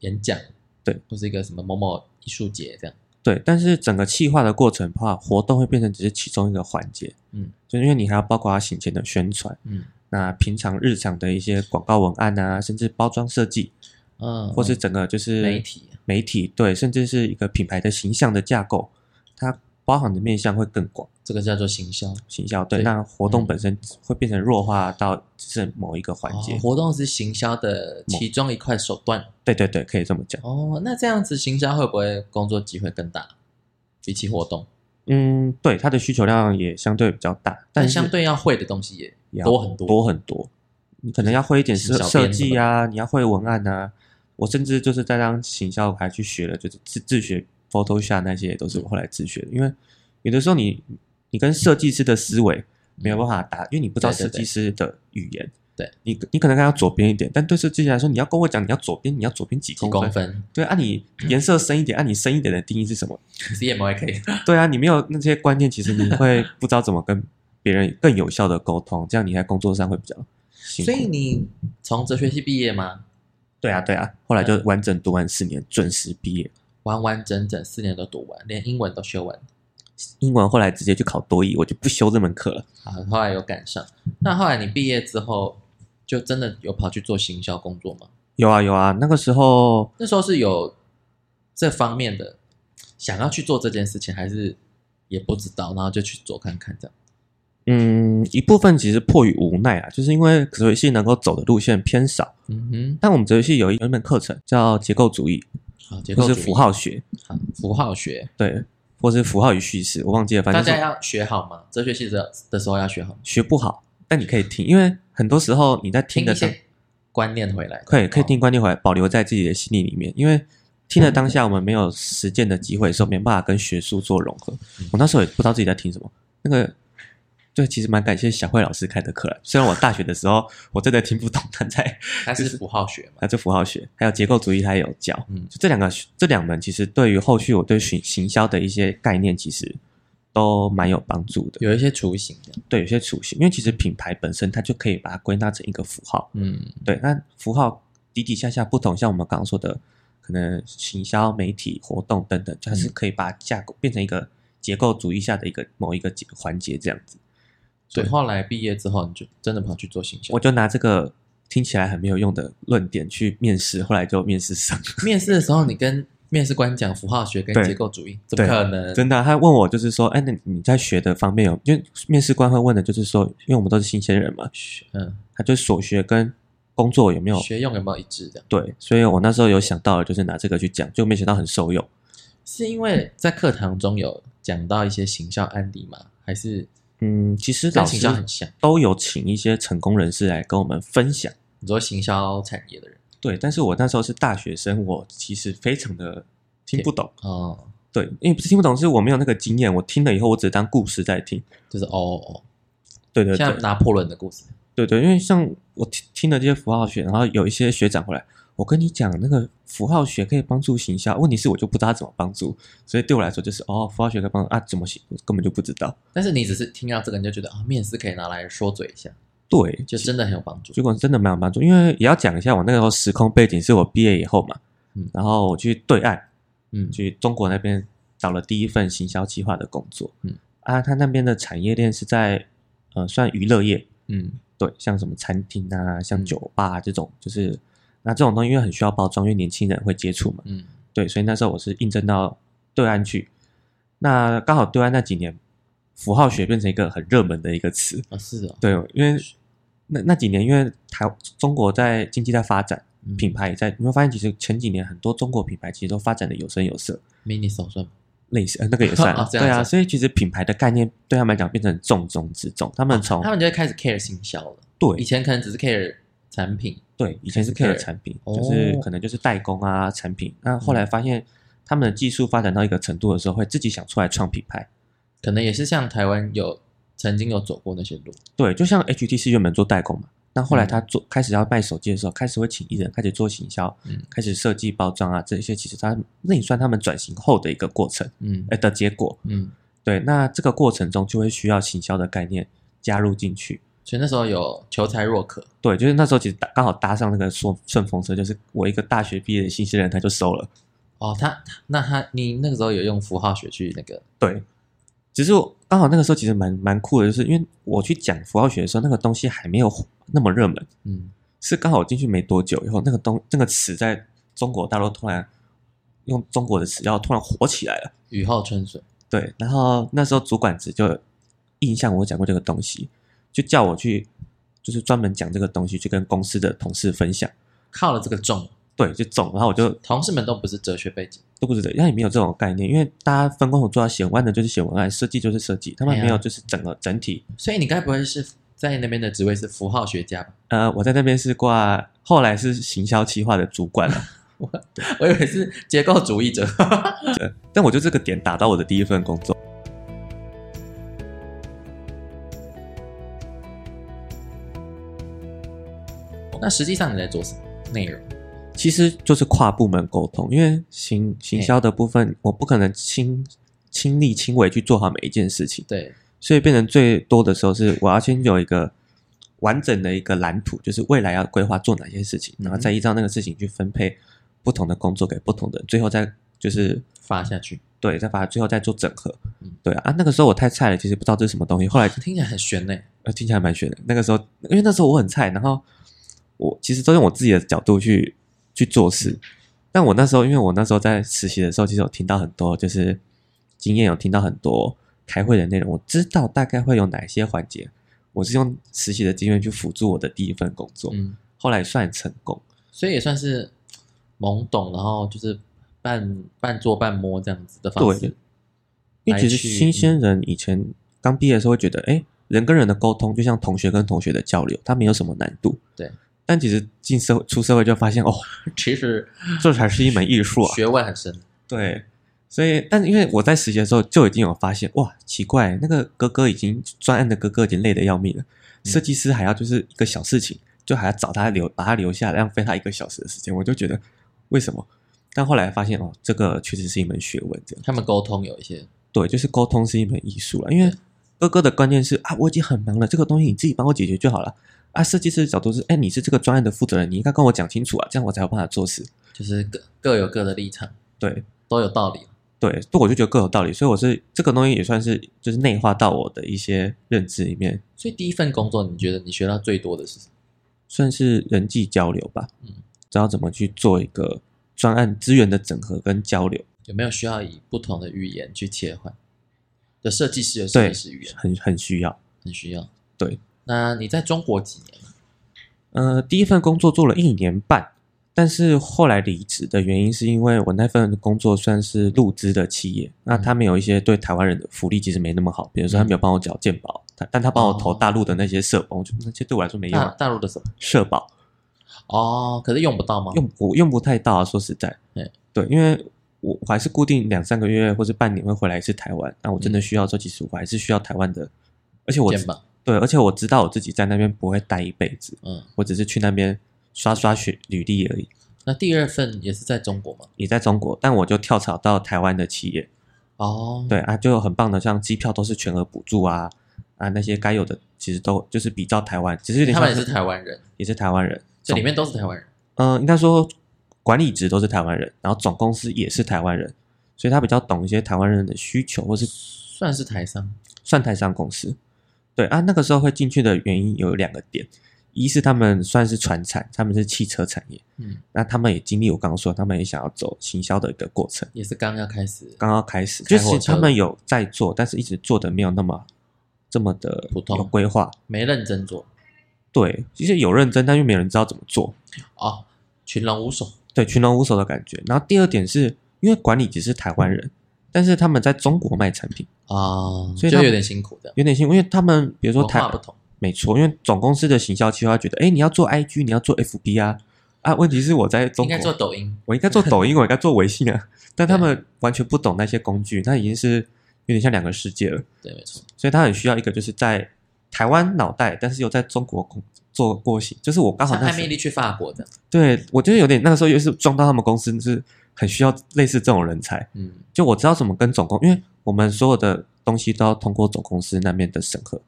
Speaker 1: 演讲，
Speaker 2: 对，
Speaker 1: 或是一个什么某某艺术节这样。
Speaker 2: 对，但是整个企划的过程的话，活动会变成只是其中一个环节。
Speaker 1: 嗯，
Speaker 2: 就是因为你还要包括它行前的宣传，
Speaker 1: 嗯
Speaker 2: 那平常日常的一些广告文案啊，甚至包装设计，
Speaker 1: 嗯，
Speaker 2: 或是整个就是
Speaker 1: 媒体
Speaker 2: 媒体对，甚至是一个品牌的形象的架构，它包含的面向会更广。
Speaker 1: 这个叫做行销
Speaker 2: 行销对，
Speaker 1: 对
Speaker 2: 那活动
Speaker 1: 嗯
Speaker 2: 本身会变成弱化到只是某一个环节。
Speaker 1: 哦活动是行销的其中一块手段。
Speaker 2: 对对对，可以这么讲。
Speaker 1: 哦，那这样子行销会不会工作机会更大？比起活动，
Speaker 2: 嗯，对，它的需求量也相对比较大，但
Speaker 1: 但
Speaker 2: 是
Speaker 1: 相对要会的东西也
Speaker 2: 也要
Speaker 1: 多很多
Speaker 2: 多很多。你可能要会一点
Speaker 1: 就是
Speaker 2: 设
Speaker 1: 小
Speaker 2: 设
Speaker 1: 编什么
Speaker 2: 计啊，你要会文案啊。我甚至就是在当行销还去学了，就是自自学 Photoshop 那些也都是我后来自学的，因为有的时候你你跟设计师的思维没有办法搭，因为你不知道
Speaker 1: 对对
Speaker 2: 设计师的语言。
Speaker 1: 对
Speaker 2: 你，你可能跟他左边一点，但对设计师来说，你要跟我讲你要左边，你要左边几
Speaker 1: 几
Speaker 2: 公
Speaker 1: 公
Speaker 2: 分？
Speaker 1: 分
Speaker 2: 对，按、你颜色深一点，按、啊你深一点的定义是什么？
Speaker 1: ，CMYK。也可以
Speaker 2: 对啊，你没有那些观念，其实你会不知道怎么跟别人更有效的沟通，这样你在工作上会比较辛苦。
Speaker 1: 所以你从哲学系毕业吗？
Speaker 2: 对啊，对啊，后来就完整读完四年，准时毕业。
Speaker 1: 完完整整四年都读完，连英文都修完。
Speaker 2: 英文后来直接去考多译，我就不修这门课了。
Speaker 1: 好，后来有赶上。那后来你毕业之后，就真的有跑去做行销工作吗？
Speaker 2: 有啊有啊，那个时候
Speaker 1: 那时候是有这方面的想要去做这件事情，还是也不知道，然后就去做看看这样。
Speaker 2: 嗯，一部分其实迫于无奈啊，就是因为哲学系能够走的路线偏少。
Speaker 1: 嗯哼，
Speaker 2: 但我们哲学系有一有一门课程叫结构主义，
Speaker 1: 好，结构
Speaker 2: 或
Speaker 1: 主
Speaker 2: 是
Speaker 1: 义
Speaker 2: 符，号学，
Speaker 1: 好符号学，
Speaker 2: 对，或是符号与叙事，我忘记了，反
Speaker 1: 大
Speaker 2: 正
Speaker 1: 家
Speaker 2: 是
Speaker 1: 要学好吗？哲学系的的时候要学好吗，
Speaker 2: 学不好，但你可以听，因为很多时候你在听
Speaker 1: 听
Speaker 2: 的
Speaker 1: 一
Speaker 2: 当
Speaker 1: 些观念回来。
Speaker 2: 可以可以
Speaker 1: 哦
Speaker 2: 听观念回来，保留在自己的心里里面，因为听了当下我们没有实践的机会的时候，没办法跟学术做融合。
Speaker 1: 嗯
Speaker 2: 我那时候也不知道自己在听什么，那个对，其实蛮感谢小慧老师开的课啦虽然我大学的时候我真的听不懂，但在
Speaker 1: 它是符号学嘛？
Speaker 2: 那这符号学还有结构主义，它也有教。
Speaker 1: 嗯
Speaker 2: 就这两个这两门，其实对于后续我对行行销的一些概念，其实都蛮有帮助的。
Speaker 1: 有一些雏形这样。
Speaker 2: 对，有些雏形，因为其实品牌本身它就可以把它归纳成一个符号。
Speaker 1: 嗯，
Speaker 2: 对，那符号底底下下不同，像我们刚刚说的，可能行销、媒体、活动等等，它是可以把架构变成一个结构主义下的一个某一个节环节这样子。
Speaker 1: 所以
Speaker 2: 对
Speaker 1: 后来毕业之后，你就真的跑去做行销
Speaker 2: 我。就拿这个听起来很没有用的论点去面试，后来就面试上。
Speaker 1: 面试的时候，你跟面试官讲符号学跟
Speaker 2: 对
Speaker 1: 结构主义，怎么
Speaker 2: 对
Speaker 1: 可能？
Speaker 2: 真的啊、他问我就是说，哎，那你在学的方面有？因为面试官会问的就是说，因为我们都是新鲜人嘛，
Speaker 1: 嗯，
Speaker 2: 他就所学跟工作有没有
Speaker 1: 学用有没有一致？这样
Speaker 2: 对？所以我那时候有想到，就是拿这个去讲，就没想到很受用。
Speaker 1: 是因为在课堂中有讲到一些行销案例吗？还是
Speaker 2: 嗯，其实
Speaker 1: 跟
Speaker 2: 老
Speaker 1: 行
Speaker 2: 师
Speaker 1: 销很像？
Speaker 2: 都有请一些成功人士来跟我们分享。
Speaker 1: 你说行销产业的人
Speaker 2: 对，但是我那时候是大学生，我其实非常的听不懂。
Speaker 1: 哦，
Speaker 2: 对，因为不是听不懂，是我没有那个经验。我听了以后，我只当故事在听。
Speaker 1: 就是哦哦，
Speaker 2: 对对
Speaker 1: 像
Speaker 2: 对
Speaker 1: 拿破仑的故事，
Speaker 2: 对对，因为像我听听了这些符号学，然后有一些学长回来，我跟你讲，那个符号学可以帮助行销。问题是我就不知道它怎么帮助，所以对我来说就是哦，符号学可以帮助啊，怎么行，我根本就不知道。
Speaker 1: 但是你只是听到这个，你就觉得啊，面试可以拿来说嘴一下，
Speaker 2: 对，
Speaker 1: 就真的很有帮助。
Speaker 2: 结果真的蛮有帮助，因为也要讲一下我那个时候时空背景，是我毕业以后嘛，
Speaker 1: 嗯
Speaker 2: 然后我去对岸，
Speaker 1: 嗯，
Speaker 2: 去中国那边找了第一份行销计划的工作。
Speaker 1: 嗯，
Speaker 2: 啊，他那边的产业链是在呃，算娱乐业，
Speaker 1: 嗯
Speaker 2: 对，像什么餐厅啊，像
Speaker 1: 嗯
Speaker 2: 酒吧、这种，就是那这种东西因为很需要包装，因为年轻人会接触嘛，
Speaker 1: 嗯，
Speaker 2: 对，所以那时候我是应征到对岸去。那刚好对岸那几年，符号学变成一个很热门的一个词，
Speaker 1: 啊是哦，
Speaker 2: 对，因为那那几年，因为台中国在经济在发展，
Speaker 1: 嗯
Speaker 2: 品牌也在，你会发现其实前几年很多中国品牌其实都发展的有声有色，
Speaker 1: mini 手算吗？
Speaker 2: 类似、呃、 那个也算
Speaker 1: 哦，这样
Speaker 2: 对啊，
Speaker 1: 算
Speaker 2: 所以其实品牌的概念对他们来讲变成重中之重，他们
Speaker 1: 哦
Speaker 2: 从、
Speaker 1: 他们就会开始 care 行销了。以
Speaker 2: 对
Speaker 1: 前可能只是 care 产品，
Speaker 2: 对以前是
Speaker 1: 开始
Speaker 2: care
Speaker 1: care
Speaker 2: 产品，
Speaker 1: 哦嗯
Speaker 2: 就是可能就是代工啊产品，那后来发现他们的技术发展到一个程度的时候，会自己想出来创品牌。
Speaker 1: 可能也是像台湾有曾经有走过那些路，
Speaker 2: 对，就像 HTC 原本做代工嘛，那后来
Speaker 1: 嗯
Speaker 2: 他做、开始要卖手机的时候，开始会请艺人，开始做行销，
Speaker 1: 嗯
Speaker 2: 开始设计包装啊，这些其实他那也算他们转型后的一个过程，
Speaker 1: 嗯
Speaker 2: 哎的结果。
Speaker 1: 嗯，
Speaker 2: 对，那这个过程中就会需要行销的概念加入进去。
Speaker 1: 所以那时候有求财若渴，
Speaker 2: 对，就是那时候其实搭刚好搭上那个顺顺风车，就是我一个大学毕业的新鲜人，他就收了。
Speaker 1: 哦，他他那他你那个时候有用符号学去那个，
Speaker 2: 对，只是我刚好那个时候其实蛮蛮酷的，就是因为我去讲符号学的时候，那个东西还没有那么热门。
Speaker 1: 嗯，
Speaker 2: 是刚好进去没多久以后，那个东那个词在中国大陆突然用中国的词要突然火起来了。
Speaker 1: 雨后春笋，
Speaker 2: 对，然后那时候主管职就印象我讲过这个东西，就叫我去就是专门讲这个东西，去跟公司的同事分享。
Speaker 1: 靠了这个重，
Speaker 2: 对，就中，然后我就
Speaker 1: 同事们都不是哲学背景，
Speaker 2: 都不知道，因为没有这种概念，因为大家分工合作啊，写文案的就是写文案，设计就是设计，他们
Speaker 1: 哎呀
Speaker 2: 没有就是整个整体。
Speaker 1: 所以你该不会是在那边的职位是符号学家吧？
Speaker 2: 呃，我在那边是挂，后来是行销企划的主管了，
Speaker 1: 我以为是结构主义者，
Speaker 2: 但我就这个点打到我的第一份工作。
Speaker 1: 那实际上你在做什么内容？
Speaker 2: 其实就是跨部门沟通，因为行
Speaker 1: 哎
Speaker 2: 行销的部分，我不可能亲亲力亲为去做好每一件事情，
Speaker 1: 对，
Speaker 2: 所以变成最多的时候是我要先有一个完整的一个蓝图，就是未来要规划做哪些事情，
Speaker 1: 嗯
Speaker 2: 然后再依照那个事情去分配不同的工作给不同的人，最后再就是
Speaker 1: 发下去，
Speaker 2: 对，再把它最后再做整合
Speaker 1: 嗯。
Speaker 2: 对啊，啊那个时候我太菜了，其实不知道这是什么东西，后来
Speaker 1: 听起来很悬呢、
Speaker 2: 呃，听起来蛮悬的。那个时候，因为那时候我很菜，然后我其实都用我自己的角度去去做事。但我那时候，因为我那时候在实习的时候，其实有听到很多，就是经验有听到很多开会的内容，我知道大概会有哪些环节。我是用实习的经验去辅助我的第一份工作，
Speaker 1: 嗯，
Speaker 2: 后来算成功。
Speaker 1: 所以也算是懵懂，然后就是半半做半摸这样子的方式
Speaker 2: 对。因为其实
Speaker 1: 来去
Speaker 2: 新鲜人以前刚毕业的时候会觉得，哎、人跟人的沟通就像同学跟同学的交流，它没有什么难度。
Speaker 1: 对。
Speaker 2: 但其实进社会出社会就发现，哦，
Speaker 1: 其实
Speaker 2: 这才是一门艺术啊！
Speaker 1: 学问很深，
Speaker 2: 对，所以但因为我在实习的时候就已经有发现，哇，奇怪，那个哥哥已经专案的哥哥已经累得要命了，
Speaker 1: 嗯
Speaker 2: 设计师还要就是一个小事情，就还要找他留把他留下来，浪费他一个小时的时间，我就觉得为什么？但后来发现哦，这个确实是一门学问，这样
Speaker 1: 他们沟通有一些
Speaker 2: 对，就是沟通是一门艺术了，因为
Speaker 1: 对
Speaker 2: 哥哥的关键是啊，我已经很忙了，这个东西你自己帮我解决就好了。啊，设计师的角度是，哎，你是这个专案的负责人，你应该跟我讲清楚啊，这样我才有办法做事。
Speaker 1: 就是各各有各的立场，
Speaker 2: 对，
Speaker 1: 都有道理。
Speaker 2: 对，不过我就觉得各有道理，所以我是这个东西也算是就是内化到我的一些认知里面，
Speaker 1: 所以第一份工作，你觉得你学到最多的是什么？
Speaker 2: 算是人际交流吧。
Speaker 1: 嗯
Speaker 2: 嗯，知道怎么去做一个专案资源的整合跟交流，
Speaker 1: 有没有需要以不同的语言去切换？的设计师的设
Speaker 2: 对
Speaker 1: 计师语言，
Speaker 2: 很很需要。
Speaker 1: 很需要。
Speaker 2: 对，
Speaker 1: 那你在中国几年了？
Speaker 2: 呃，第一份工作做了一年半，但是后来离职的原因是因为我那份工作算是入资的企业，那他们有一些对台湾人的福利其实没那么好，比如说他没有帮我缴健保，他但他帮我投大陆的那些社保，我觉得那些对我来说没用
Speaker 1: 大
Speaker 2: 啊，
Speaker 1: 大陆的什么？
Speaker 2: 社保。
Speaker 1: 哦，嗯可是用不到吗？
Speaker 2: 用不用不太到啊，说实在
Speaker 1: 对，
Speaker 2: 对，因为我我还是固定两三个月或者半年会回来一次台湾。那我真的需要的时候，其实我还是需要台湾的，而且我
Speaker 1: 嗯肩膀，
Speaker 2: 对，而且我知道我自己在那边不会待一辈子，
Speaker 1: 嗯。
Speaker 2: 我只是去那边刷刷学履历而已。
Speaker 1: 那第二份也是在中国吗？
Speaker 2: 也在中国，但我就跳槽到台湾的企业，
Speaker 1: 哦，
Speaker 2: 对啊，就有很棒的，像机票都是全额补助啊啊，那些该有的其实都就是比照台湾，只是有点
Speaker 1: 他
Speaker 2: 像
Speaker 1: 们也是台湾人，
Speaker 2: 也是台湾人，
Speaker 1: 这里面都是台湾人。
Speaker 2: 嗯，应该说管理职都是台湾人，然后总公司也是台湾人，所以他比较懂一些台湾人的需求，或是
Speaker 1: 算是台商，
Speaker 2: 算台商公司。对啊，那个时候会进去的原因有两个点，一是他们算是船产，他们是汽车产业，
Speaker 1: 嗯，
Speaker 2: 那他们也经历我刚刚说，他们也想要走行销的一个过程。
Speaker 1: 也是刚要开始
Speaker 2: 刚刚开始，
Speaker 1: 开
Speaker 2: 就
Speaker 1: 火
Speaker 2: 是
Speaker 1: 车
Speaker 2: 他们有在做，但是一直做的没有那么这么的
Speaker 1: 普通
Speaker 2: 有规划，
Speaker 1: 没认真做，
Speaker 2: 对，其实有认真，但又没人知道怎么做。
Speaker 1: 哦，群龙无首，
Speaker 2: 对，群龙无首的感觉。然后第二点是因为管理只是台湾人，但是他们在中国卖产品
Speaker 1: 啊，
Speaker 2: 所以
Speaker 1: 就
Speaker 2: 他
Speaker 1: 有点辛苦的，
Speaker 2: 有点辛苦，因为他们比如说
Speaker 1: 文
Speaker 2: 台
Speaker 1: 化不同。
Speaker 2: 没错，因为总公司的行销计划觉得，哎，你要做 IG，你要做 FB 啊，啊，问题是我在中
Speaker 1: 应
Speaker 2: 国，
Speaker 1: 该做抖音，
Speaker 2: 我应该做抖音，我应该做微信啊， 但他们完全不懂那些工具，那已经是有点像两个世界了，
Speaker 1: 对，没错，
Speaker 2: 所以他很需要一个就是在台湾脑袋，但是又在中国工做过行，就是我刚好
Speaker 1: 像
Speaker 2: 那
Speaker 1: 艾
Speaker 2: 时
Speaker 1: 米丽去法国的，
Speaker 2: 对我就是有点那个时候又是撞到他们公司是很需要类似这种人才，
Speaker 1: 嗯，
Speaker 2: 就我知道怎么跟总公，因为我们所有的东西都要通过总公司那边的审核。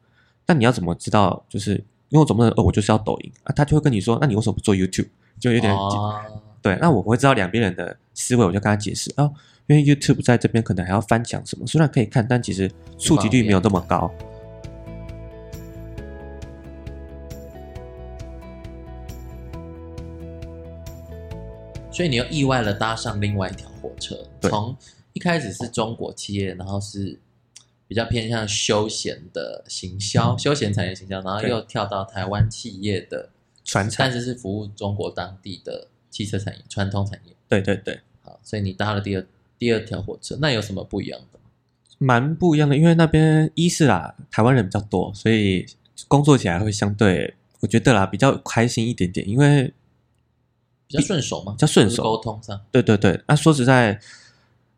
Speaker 2: 但你要怎么知道？就是因为我总不能，哦，我就是要抖音啊，他就会跟你说，那你为什么不做 YouTube？就有点、
Speaker 1: 哦
Speaker 2: 对。那我会知道两边人的思维，我就跟他解释哦，因为 YouTube 在这边可能还要翻墙什么，虽然可以看，但其实触及率没有这么高。
Speaker 1: 所以你又意外的搭上另外一条火车，
Speaker 2: 对
Speaker 1: 从一开始是中国企业，然后是比较偏向休闲的行销，休闲产业行销，然后
Speaker 2: 嗯对
Speaker 1: 又跳到台湾企业的
Speaker 2: 传承
Speaker 1: 但是是服务中国当地的汽车产业、传统产业。
Speaker 2: 对对对，
Speaker 1: 好，所以你搭了第二第二条火车，那有什么不一样的？
Speaker 2: 蛮不一样的，因为那边一是啦，台湾人比较多，所以工作起来会相对，我觉得啦比较开心一点点，因为
Speaker 1: 比较顺手吗？比
Speaker 2: 较顺手
Speaker 1: 沟通上
Speaker 2: 对对对，那、说实在，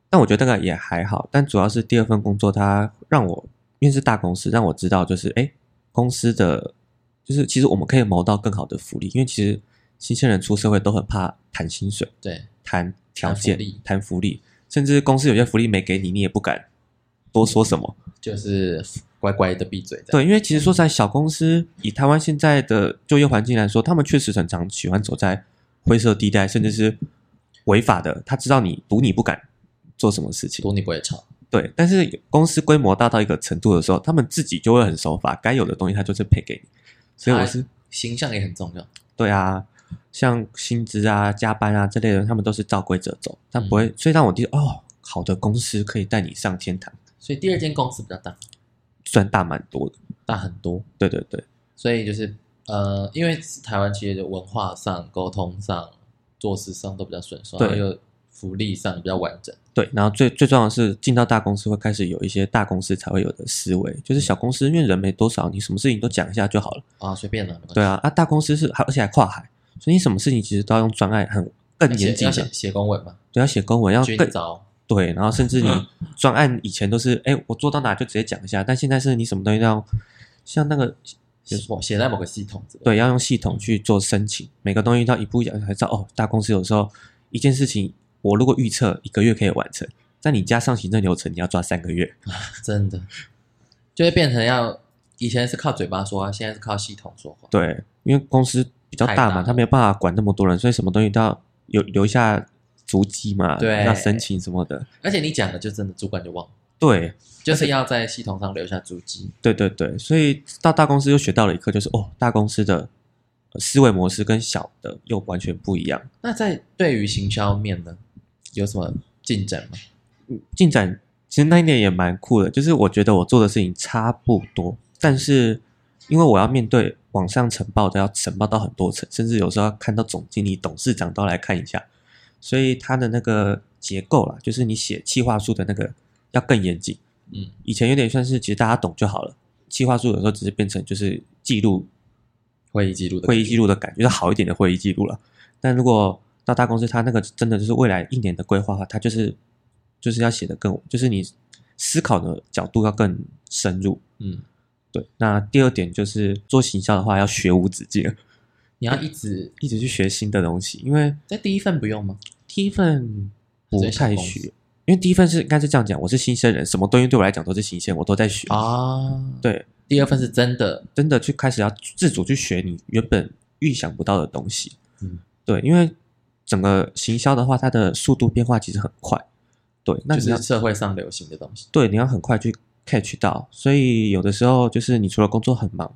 Speaker 2: 但我觉得那个也还好，但主要是第二份工作，它让我因为是大公司，让我知道就是哎，诶公司的就是其实我们可以谋到更好的福利，因为其实新鲜人出社会都很怕谈薪水、
Speaker 1: 对，
Speaker 2: 谈条
Speaker 1: 谈福
Speaker 2: 件
Speaker 1: 利、
Speaker 2: 谈福利，甚至公司有些福利没给你，你也不敢多说什么。
Speaker 1: 就是乖乖的闭嘴。，
Speaker 2: 对，因为其实说实在，小公司以台湾现在的就业环境来说，他们确实很常喜欢走在灰色地带，甚至是违法的。他知道你赌你不敢做什么事情，
Speaker 1: 赌你不会吵。
Speaker 2: 对。但是公司规模大到一个程度的时候，他们自己就会很守法，该有的东西他就是配给你。所以我是
Speaker 1: 啊形象也很重要，
Speaker 2: 对啊，像薪资啊、加班啊这类的，他们都是照规则走，他不会。所以让我觉得哦，好的公司可以带你上天堂，
Speaker 1: 所以第二间公司比较大，
Speaker 2: 算大蛮多的。
Speaker 1: 大很多。
Speaker 2: 对对对，
Speaker 1: 所以就是呃，因为台湾企业的文化上、沟通上、做事上都比较顺手，
Speaker 2: 对
Speaker 1: 然后又福利上比较完整。
Speaker 2: 对，然后最最重要的是，进到大公司会开始有一些大公司才会有的思维，就是
Speaker 1: 嗯
Speaker 2: 小公司因为人没多少，你什么事情都讲一下就好了。
Speaker 1: 啊，随便了，没关系
Speaker 2: 对，啊，啊，大公司是还而且还跨海，所以你什么事情其实都要用专案，很更
Speaker 1: 要
Speaker 2: 严
Speaker 1: 写
Speaker 2: 谨
Speaker 1: 要写
Speaker 2: 的，啊
Speaker 1: 写公文嘛，
Speaker 2: 对，要写公文，要
Speaker 1: 军
Speaker 2: 更
Speaker 1: 招，
Speaker 2: 对，然后甚至你
Speaker 1: 嗯
Speaker 2: 专案以前都是，哎，我做到哪就直接讲一下，但现在是你什么东西都要像那个
Speaker 1: 写写在某个系统之类的。
Speaker 2: 对，要用系统去做申请，每个东西都要一步一脚才知道。哦，大公司有时候一件事情，我如果预测一个月可以完成，但你加上行政流程，你要抓三个月。
Speaker 1: 真的，就会变成要以前是靠嘴巴说话，现在是靠系统说话。
Speaker 2: 对，因为公司比较大
Speaker 1: 太大
Speaker 2: 嘛，
Speaker 1: 了
Speaker 2: 他没有办法管那么多人，所以什么东西都要有留下足迹嘛，
Speaker 1: 对
Speaker 2: 要申请什么的。
Speaker 1: 而且你讲了，就真的主管就忘了，
Speaker 2: 对，
Speaker 1: 就是要在系统上留下足迹。
Speaker 2: 对对对，所以到大公司又学到了一课，就是哦，大公司的呃思维模式跟小的又完全不一样。
Speaker 1: 那在对于行销面呢，有什么进展吗？
Speaker 2: 嗯进展其实那一点也蛮酷的，就是我觉得我做的事情差不多，但是因为我要面对往上呈报的，要呈报到很多层，甚至有时候要看到总经理、董事长都要来看一下，所以它的那个结构啦，就是你写企划书的那个要更严谨。
Speaker 1: 嗯，
Speaker 2: 以前有点算是其实大家懂就好了，企划书有时候只是变成就是记录
Speaker 1: 会议记录的
Speaker 2: 会议记录的感觉，就是好一点的会议记录了。但如果到大公司，它那个真的就是未来一年的规划的话，它就是就是要写的更，就是你思考的角度要更深入。
Speaker 1: 嗯，
Speaker 2: 对，那第二点就是做行销的话，要学无止境，
Speaker 1: 你要一直
Speaker 2: 一直去学新的东西，因为
Speaker 1: 在第一份不用吗？
Speaker 2: 第一份不太
Speaker 1: 还是小公司
Speaker 2: 学，因为第一份是应该是这样讲，我是新生人，什么东西对我来讲都是新鲜，我都在学。
Speaker 1: 啊，，
Speaker 2: 对，
Speaker 1: 第二份是真的，
Speaker 2: 真的去开始要自主去学你原本预想不到的东西。
Speaker 1: 嗯，
Speaker 2: 对，因为整个行销的话，它的速度变化其实很快。对，那
Speaker 1: 就
Speaker 2: 你要、
Speaker 1: 是社会上流行的东西。
Speaker 2: 对你要很快去 catch 到，所以有的时候就是你除了工作很忙、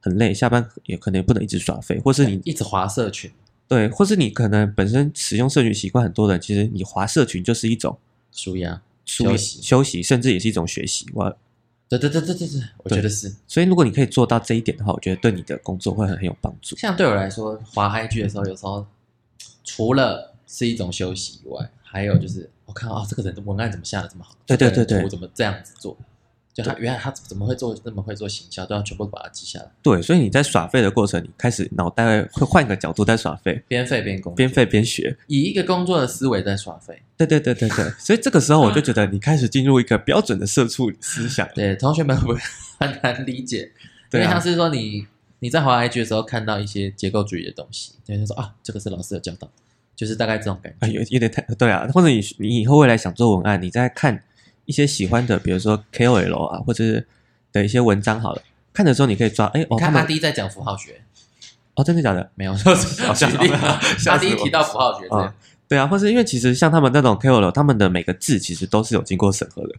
Speaker 2: 很累，下班也可能也不能一直耍废，或是你
Speaker 1: 哎一直划社群，
Speaker 2: 对，或是你可能本身使用社群习惯很多的人，其实你划社群就是一种
Speaker 1: 舒压，
Speaker 2: 舒
Speaker 1: 休
Speaker 2: 压
Speaker 1: 息
Speaker 2: 休息，甚至也是一种学习。我
Speaker 1: 对对对对对对，我觉得是。
Speaker 2: 所以如果你可以做到这一点的话，我觉得对你的工作会很很有帮助。
Speaker 1: 像对我来说，滑 IG 的时候，有时候除了是一种休息以外，还有就是我看到哦，这个人的文案怎么下的这么好？
Speaker 2: 对对对
Speaker 1: 这个
Speaker 2: 对
Speaker 1: 人图怎么这样子做？就他原来他怎么会做那么会做行销，都要全部把它记下来，
Speaker 2: 对，所以你在耍废的过程，你开始脑袋会换个角度在耍废，
Speaker 1: 边废边工，
Speaker 2: 边废边学。
Speaker 1: 以一个工作的思维在耍废。
Speaker 2: 对对对对对，所以这个时候我就觉得你开始进入一个标准的社畜思想。
Speaker 1: 对，同学们会不会很难理解？
Speaker 2: 对
Speaker 1: 因为
Speaker 2: 啊
Speaker 1: 像是说你你在滑 IG 的时候看到一些结构主义的东西，对，就说啊，这个是老师有教到，就是大概这种感
Speaker 2: 啊，
Speaker 1: 觉。
Speaker 2: 有有点太对啊，或者你你以后未来想做文案，你在看一些喜欢的，比如说 KOL 啊，或者是的一些文章好了，看的时候你可以抓，哎哦，
Speaker 1: 你
Speaker 2: 他
Speaker 1: 看
Speaker 2: 们
Speaker 1: 阿迪在讲符号学，
Speaker 2: 哦，真的假的？
Speaker 1: 没有，就是
Speaker 2: 哦吓死
Speaker 1: 举例
Speaker 2: 我了吓
Speaker 1: 阿
Speaker 2: 死
Speaker 1: 迪
Speaker 2: 我
Speaker 1: 提到符号学，对
Speaker 2: 啊，对啊，或是因为其实像他们那种 KOL，他们的每个字其实都是有经过审核的，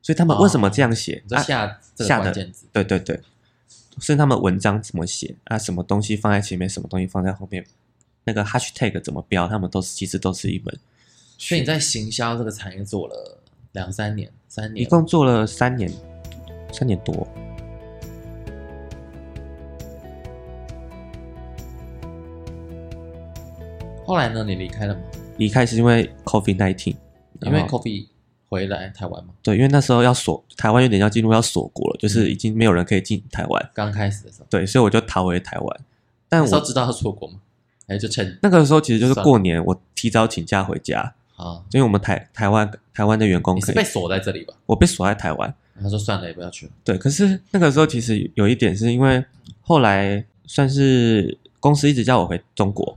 Speaker 2: 所以他们为什么哦这样写
Speaker 1: 你？说
Speaker 2: 啊
Speaker 1: 下这个
Speaker 2: 下的
Speaker 1: 关键字，
Speaker 2: 对对对，是他们文章怎么写啊，什么东西放在前面，什么东西放在后面，那个 hashtag 怎么标，他们都是其实都是一门，
Speaker 1: 所以你在行销这个产业做了两三年，三
Speaker 2: 一
Speaker 1: 年，
Speaker 2: 共做了三年，三年多。
Speaker 1: 后来呢，你离开了吗？
Speaker 2: 离开是因为 COVID nineteen，
Speaker 1: 因为 Kobe 回来台湾嘛，
Speaker 2: 对，因为那时候要锁台湾，有点要进入要锁国
Speaker 1: 嗯
Speaker 2: 了，就是已经没有人可以进台湾，
Speaker 1: 刚开始的时候，
Speaker 2: 对，所以我就逃回台湾。但
Speaker 1: 那时候
Speaker 2: 我
Speaker 1: 知道要出国吗？哎，就趁
Speaker 2: 那个时候其实就是
Speaker 1: 算了
Speaker 2: 过年，我提早请假回家，
Speaker 1: 啊，
Speaker 2: 因为我们台台湾台湾的员工
Speaker 1: 你
Speaker 2: 可
Speaker 1: 是
Speaker 2: 以
Speaker 1: 被，锁在这里吧？
Speaker 2: 我被锁在台湾，
Speaker 1: 他说算了，也不要去了。
Speaker 2: 对，可是那个时候其实有一点是因为后来算是公司一直叫我回中国，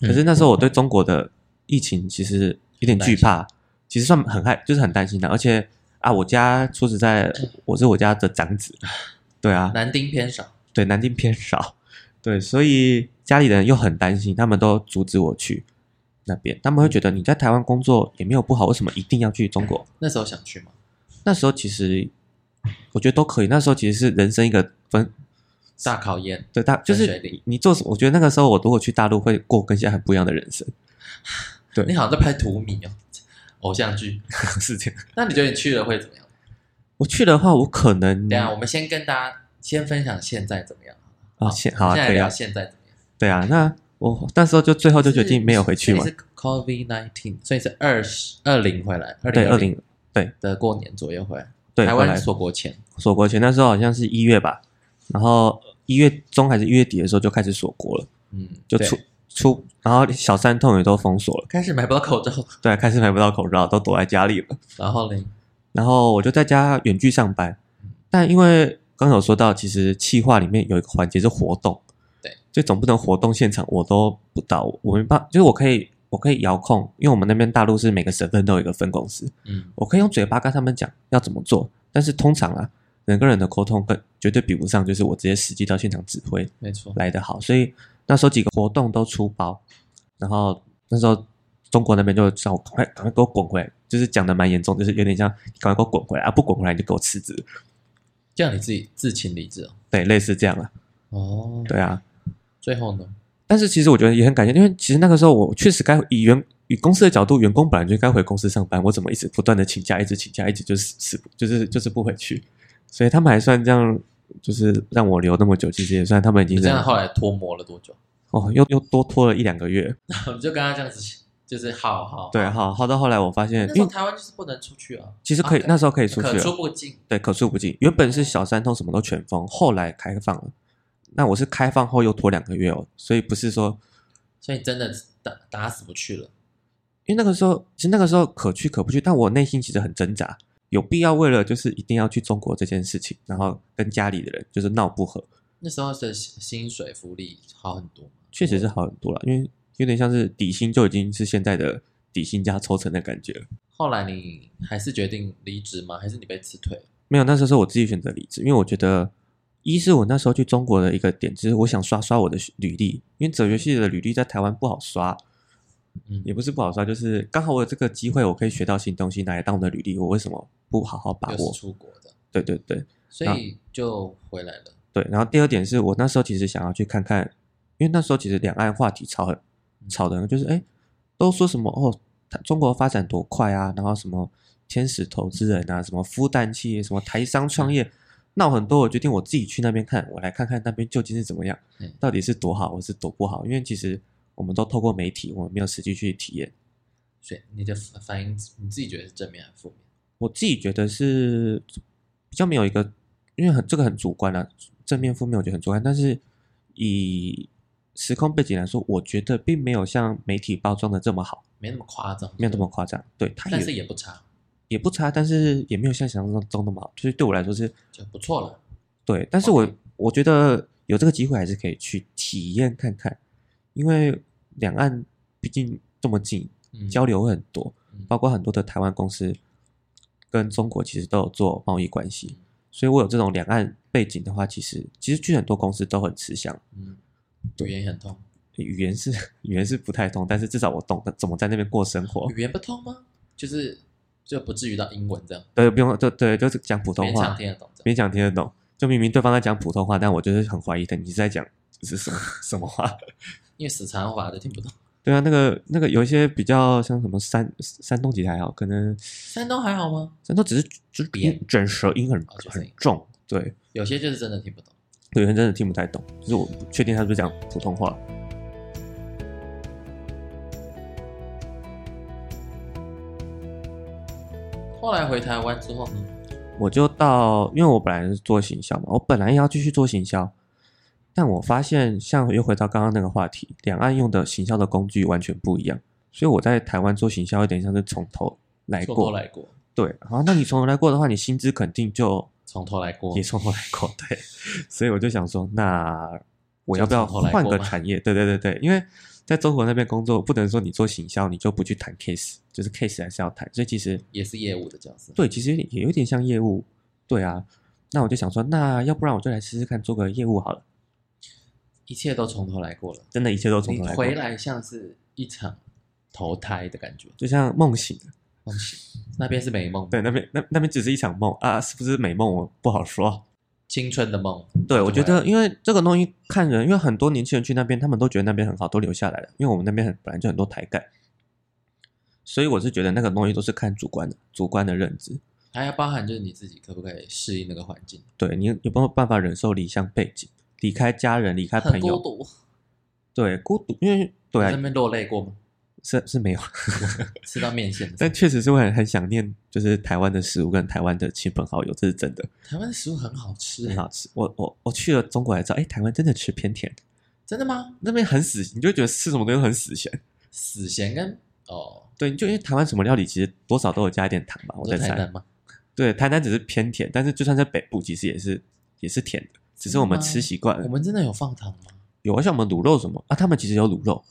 Speaker 1: 嗯
Speaker 2: 可是那时候我对中国的疫情其实有点惧怕，其实算很害，就是很担心的。而且啊，我家说实在，我是我家的长子，对啊，
Speaker 1: 男丁偏少，
Speaker 2: 对，南京偏少，对，所以家里人又很担心，他们都阻止我去那边，他们会觉得你在台湾工作也没有不好，为什么一定要去中国？
Speaker 1: 那时候想去吗？
Speaker 2: 那时候其实我觉得都可以，那时候其实是人生一个分
Speaker 1: 大考验，
Speaker 2: 对大，就
Speaker 1: 分水
Speaker 2: 是
Speaker 1: 岭
Speaker 2: 你你做什么？我觉得那个时候我如果去大陆会过跟现在很不一样的人生，对
Speaker 1: 你好像在拍土米哦，偶像剧。
Speaker 2: 是这样。
Speaker 1: 那你觉得你去了会怎么样？
Speaker 2: 我去的话，我可能
Speaker 1: 等一啊下我们先跟大家先分享现在怎么样
Speaker 2: 啊，现好
Speaker 1: 我
Speaker 2: 啊，
Speaker 1: 们现在
Speaker 2: 可以
Speaker 1: 聊
Speaker 2: 啊，
Speaker 1: 现在怎么样？
Speaker 2: 对啊，那我那时候就最后就决定没有回去嘛
Speaker 1: 所以，是 COVID nineteen，所以是二十二零回来，二
Speaker 2: 对，
Speaker 1: 零
Speaker 2: 二零
Speaker 1: 的过年左右回来，
Speaker 2: 对
Speaker 1: 台
Speaker 2: 回来
Speaker 1: 湾锁国前，
Speaker 2: 锁国前，那时候好像是一月吧，然后一月中还是一月底的时候就开始锁国了，
Speaker 1: 嗯，
Speaker 2: 就
Speaker 1: 对
Speaker 2: 出出，然后小三通也都封锁了，
Speaker 1: 开始买不到口罩，
Speaker 2: 对，开始买不到口罩，都躲在家里了。
Speaker 1: 然后呢，
Speaker 2: 然后我就在家远距上班。但因为刚刚有说到，其实企划里面有一个环节是活动，
Speaker 1: 对，
Speaker 2: 所以总不能活动现场我都不到，我没办法，就是我可以我可以遥控，因为我们那边大陆是每个省份都有一个分公司，
Speaker 1: 嗯，
Speaker 2: 我可以用嘴巴跟他们讲要怎么做，但是通常啊，人跟人的沟通更绝对比不上，就是我直接实际到现场指挥
Speaker 1: 没错，
Speaker 2: 来的好，所以那时候几个活动都出包，然后那时候中国那边就叫我赶快赶快给我滚回来，就是讲的蛮严重，就是有点像赶快给我滚回来啊，不滚回来你就给我辞职，
Speaker 1: 这样你自己自情理智哦。
Speaker 2: 对，类似这样啊，
Speaker 1: 哦，
Speaker 2: 对啊。
Speaker 1: 最后呢，
Speaker 2: 但是其实我觉得也很感谢，因为其实那个时候我确实该以员以公司的角度，员工本来就该回公司上班，我怎么一直不断的请假，一直请假，一直就是死就是就是不回去，所以他们还算这样，就是让我留那么久，其实也算他们已经
Speaker 1: 你这样啊
Speaker 2: 忍
Speaker 1: 后来脱模了多久？
Speaker 2: 哦，又又多拖了一两个月，
Speaker 1: 我们就跟他这样子，就是好好。
Speaker 2: 对，好好到后来我发现，
Speaker 1: 那时
Speaker 2: 因
Speaker 1: 候
Speaker 2: 为
Speaker 1: 台湾就是不能出去啊，
Speaker 2: 其实可以，
Speaker 1: 啊
Speaker 2: 那时候可以出去
Speaker 1: 可
Speaker 2: 了
Speaker 1: 出不进。
Speaker 2: 对，可出不进。原本是小三通什么都全封，后来开放了。那我是开放后又拖两个月哦，所以不是说，
Speaker 1: 所以真的打打死不去了。
Speaker 2: 因为那个时候其实那个时候可去可不去，但我内心其实很挣扎，有必要为了就是一定要去中国这件事情，然后跟家里的人就是闹不和，
Speaker 1: 那时候的薪薪水福利好很多，
Speaker 2: 确实是好很多了，因为有点像是底薪就已经是现在的底薪加抽成的感觉了。
Speaker 1: 后来你还是决定离职吗？还是你被辞退？
Speaker 2: 没有，那时候是我自己选择离职，因为我觉得，一是我那时候去中国的一个点，就是我想刷刷我的履历，因为哲学系的履历在台湾不好刷，
Speaker 1: 嗯，
Speaker 2: 也不是不好刷，就是刚好我有这个机会，我可以学到新东西，拿来当我的履历，我为什么不好好把
Speaker 1: 又
Speaker 2: 握
Speaker 1: 是？出国的，
Speaker 2: 对对对
Speaker 1: 所以就回来了。
Speaker 2: 对。然后第二点是我那时候其实想要去看看，因为那时候其实两岸话题吵很吵的，就是哎，都说什么哦，它中国发展多快啊，然后什么天使投资人啊，什么孵蛋企业，什么台商创业， 闹很多。我决定我自己去那边看，我来看看那边究竟是怎么样
Speaker 1: 嗯，
Speaker 2: 到底是多好，或是多不好。因为其实我们都透过媒体，我们没有实际去体验。
Speaker 1: 所以你的反反应你自己觉得是正面还是负面？
Speaker 2: 我自己觉得是比较没有一个，因为很这个很主观啊，正面负面我觉得很主观。但是以时空背景来说，我觉得并没有像媒体包装的这么好，
Speaker 1: 没那么夸张，
Speaker 2: 没有那么夸张。对，它
Speaker 1: 但
Speaker 2: 也
Speaker 1: 是也不差，
Speaker 2: 也不差，但是也没有像想象中那么好。就是对我来说是，
Speaker 1: 就不错了。
Speaker 2: 对，但是我
Speaker 1: OK
Speaker 2: 我觉得有这个机会还是可以去体验看看，因为两岸毕竟这么近，
Speaker 1: 嗯，
Speaker 2: 交流会很多，
Speaker 1: 嗯
Speaker 2: 包括很多的台湾公司跟中国其实都有做贸易关系，
Speaker 1: 嗯
Speaker 2: 所以我有这种两岸背景的话，其实其实去很多公司都很吃香。
Speaker 1: 嗯，语言也很通，
Speaker 2: 语言是 语言是不太通，但是至少我懂得怎么在那边过生活。
Speaker 1: 语言不通吗？就是就不至于到英文这样，
Speaker 2: 对，不用，对对，就是讲普通
Speaker 1: 勉
Speaker 2: 话
Speaker 1: 强，听得懂这样。
Speaker 2: 勉强听得懂。就明明对方在讲普通话，但我就是很怀疑的，你是在讲是什么什么话？
Speaker 1: 因为死缠法的听不懂。
Speaker 2: 对啊，那个那个有一些比较像什么山山东籍还哦好，可能
Speaker 1: 山东还好吗？
Speaker 2: 山东只是就是
Speaker 1: 扁
Speaker 2: 音卷舌音很
Speaker 1: 哦卷舌音
Speaker 2: 很重，对，
Speaker 1: 有些就是真的听不懂。
Speaker 2: 有人真的听不太懂，就是我不确定他是不是讲普通话。
Speaker 1: 后来回台湾之后呢，
Speaker 2: 我就到，因为我本来是做行销嘛，我本来要继续做行销，但我发现像又回到刚刚那个话题，两岸用的行销的工具完全不一样，所以我在台湾做行销有点像是从头来
Speaker 1: 从
Speaker 2: 过。
Speaker 1: 头来过，
Speaker 2: 对，然后那你从头来过的话，你薪资肯定就
Speaker 1: 从头来过
Speaker 2: 也，从头来过，对，所以我就想说，那我要不要
Speaker 1: 就从头来过
Speaker 2: 换个
Speaker 1: 吧
Speaker 2: 产业？对对对对，因为在中国那边工作，不能说你做行销你就不去谈 case，就是 case 还是要谈，所以其实
Speaker 1: 也是业务的角色。
Speaker 2: 对，其实也有点像业务，对啊。那我就想说，那要不然我就来试试看做个业务好了。
Speaker 1: 一切都从头来过了。
Speaker 2: 真的，一切都从
Speaker 1: 你
Speaker 2: 头来过，
Speaker 1: 回来像是一场投胎的感觉，
Speaker 2: 就像梦醒。啊
Speaker 1: 梦醒那边是美梦，
Speaker 2: 对，那边那那边只是一场梦啊，是不是美梦我不好说。
Speaker 1: 青春的梦。
Speaker 2: 对，我觉
Speaker 1: 对啊
Speaker 2: 得因为这个东西看人，因为很多年轻人去那边，他们都觉得那边很好，都留下来了。因为我们那边很本来就很多台干，所以我是觉得那个东西都是看主观的，主观的认知。
Speaker 1: 还要包含就是你自己可不可以适应那个环境，
Speaker 2: 对你有没有办法忍受离乡背景，离开家人，离开
Speaker 1: 很
Speaker 2: 朋
Speaker 1: 孤
Speaker 2: 友？
Speaker 1: 独。
Speaker 2: 对，孤独，因为对
Speaker 1: 你在那
Speaker 2: 啊，
Speaker 1: 边落泪过吗？
Speaker 2: 是是没有。
Speaker 1: 吃到面线的时候
Speaker 2: 但确实是会很很想念，就是台湾的食物跟台湾的亲朋好友，这是真的，
Speaker 1: 台湾的食物很好吃
Speaker 2: 很
Speaker 1: 欸，
Speaker 2: 好吃。我我我去了中国才知道，哎，台湾真的吃偏甜，
Speaker 1: 真的吗？
Speaker 2: 那边很死，你就会觉得吃什么东西很死咸。
Speaker 1: 死咸跟哦，
Speaker 2: 对，你就因为台湾什么料理其实多少都有加一点糖吧，我
Speaker 1: 你说
Speaker 2: 在
Speaker 1: 台
Speaker 2: 猜
Speaker 1: 南。吗？
Speaker 2: 对，台南只是偏甜，但是就算在北部，其实也是也是甜的，只是我们
Speaker 1: 真的吗
Speaker 2: 吃习惯
Speaker 1: 嗯我
Speaker 2: 了。
Speaker 1: 们真的有放糖吗？
Speaker 2: 有啊，像我们卤肉什么啊，他们其实有卤肉，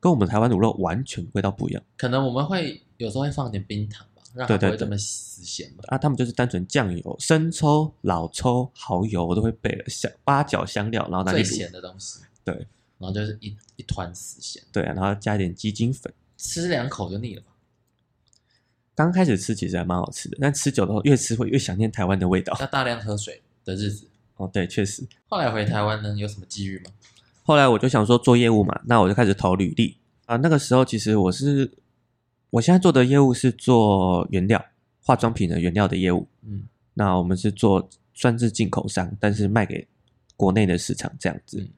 Speaker 2: 跟我们台湾卤肉完全味道不一样
Speaker 1: 可能我们会有时候会放点冰糖吧，让它
Speaker 2: 对
Speaker 1: 不
Speaker 2: 对
Speaker 1: 会这
Speaker 2: 对
Speaker 1: 么死咸吧。
Speaker 2: 啊。他们就是单纯酱油、生抽、老抽、蚝油，我都会备了，香八角香料，然后拿去
Speaker 1: 最
Speaker 2: 卤
Speaker 1: 咸。的东西，
Speaker 2: 对
Speaker 1: 然后就是一一团死咸，
Speaker 2: 对啊，然后加一点鸡精粉。
Speaker 1: 吃两口就腻了吧？
Speaker 2: 刚开始吃其实还蛮好吃的，但吃久了后越吃会越想念台湾的味道。
Speaker 1: 要大量喝水的日子。
Speaker 2: 哦，对，确实。
Speaker 1: 后来回台湾呢，有什么机遇吗？
Speaker 2: 后来我就想说做业务嘛，那我就开始投履历啊。那个时候其实我是，我现在做的业务是做原料，化妆品的原料的业务。
Speaker 1: 嗯，
Speaker 2: 那我们是做算是进口商，但是卖给国内的市场这样子。
Speaker 1: 嗯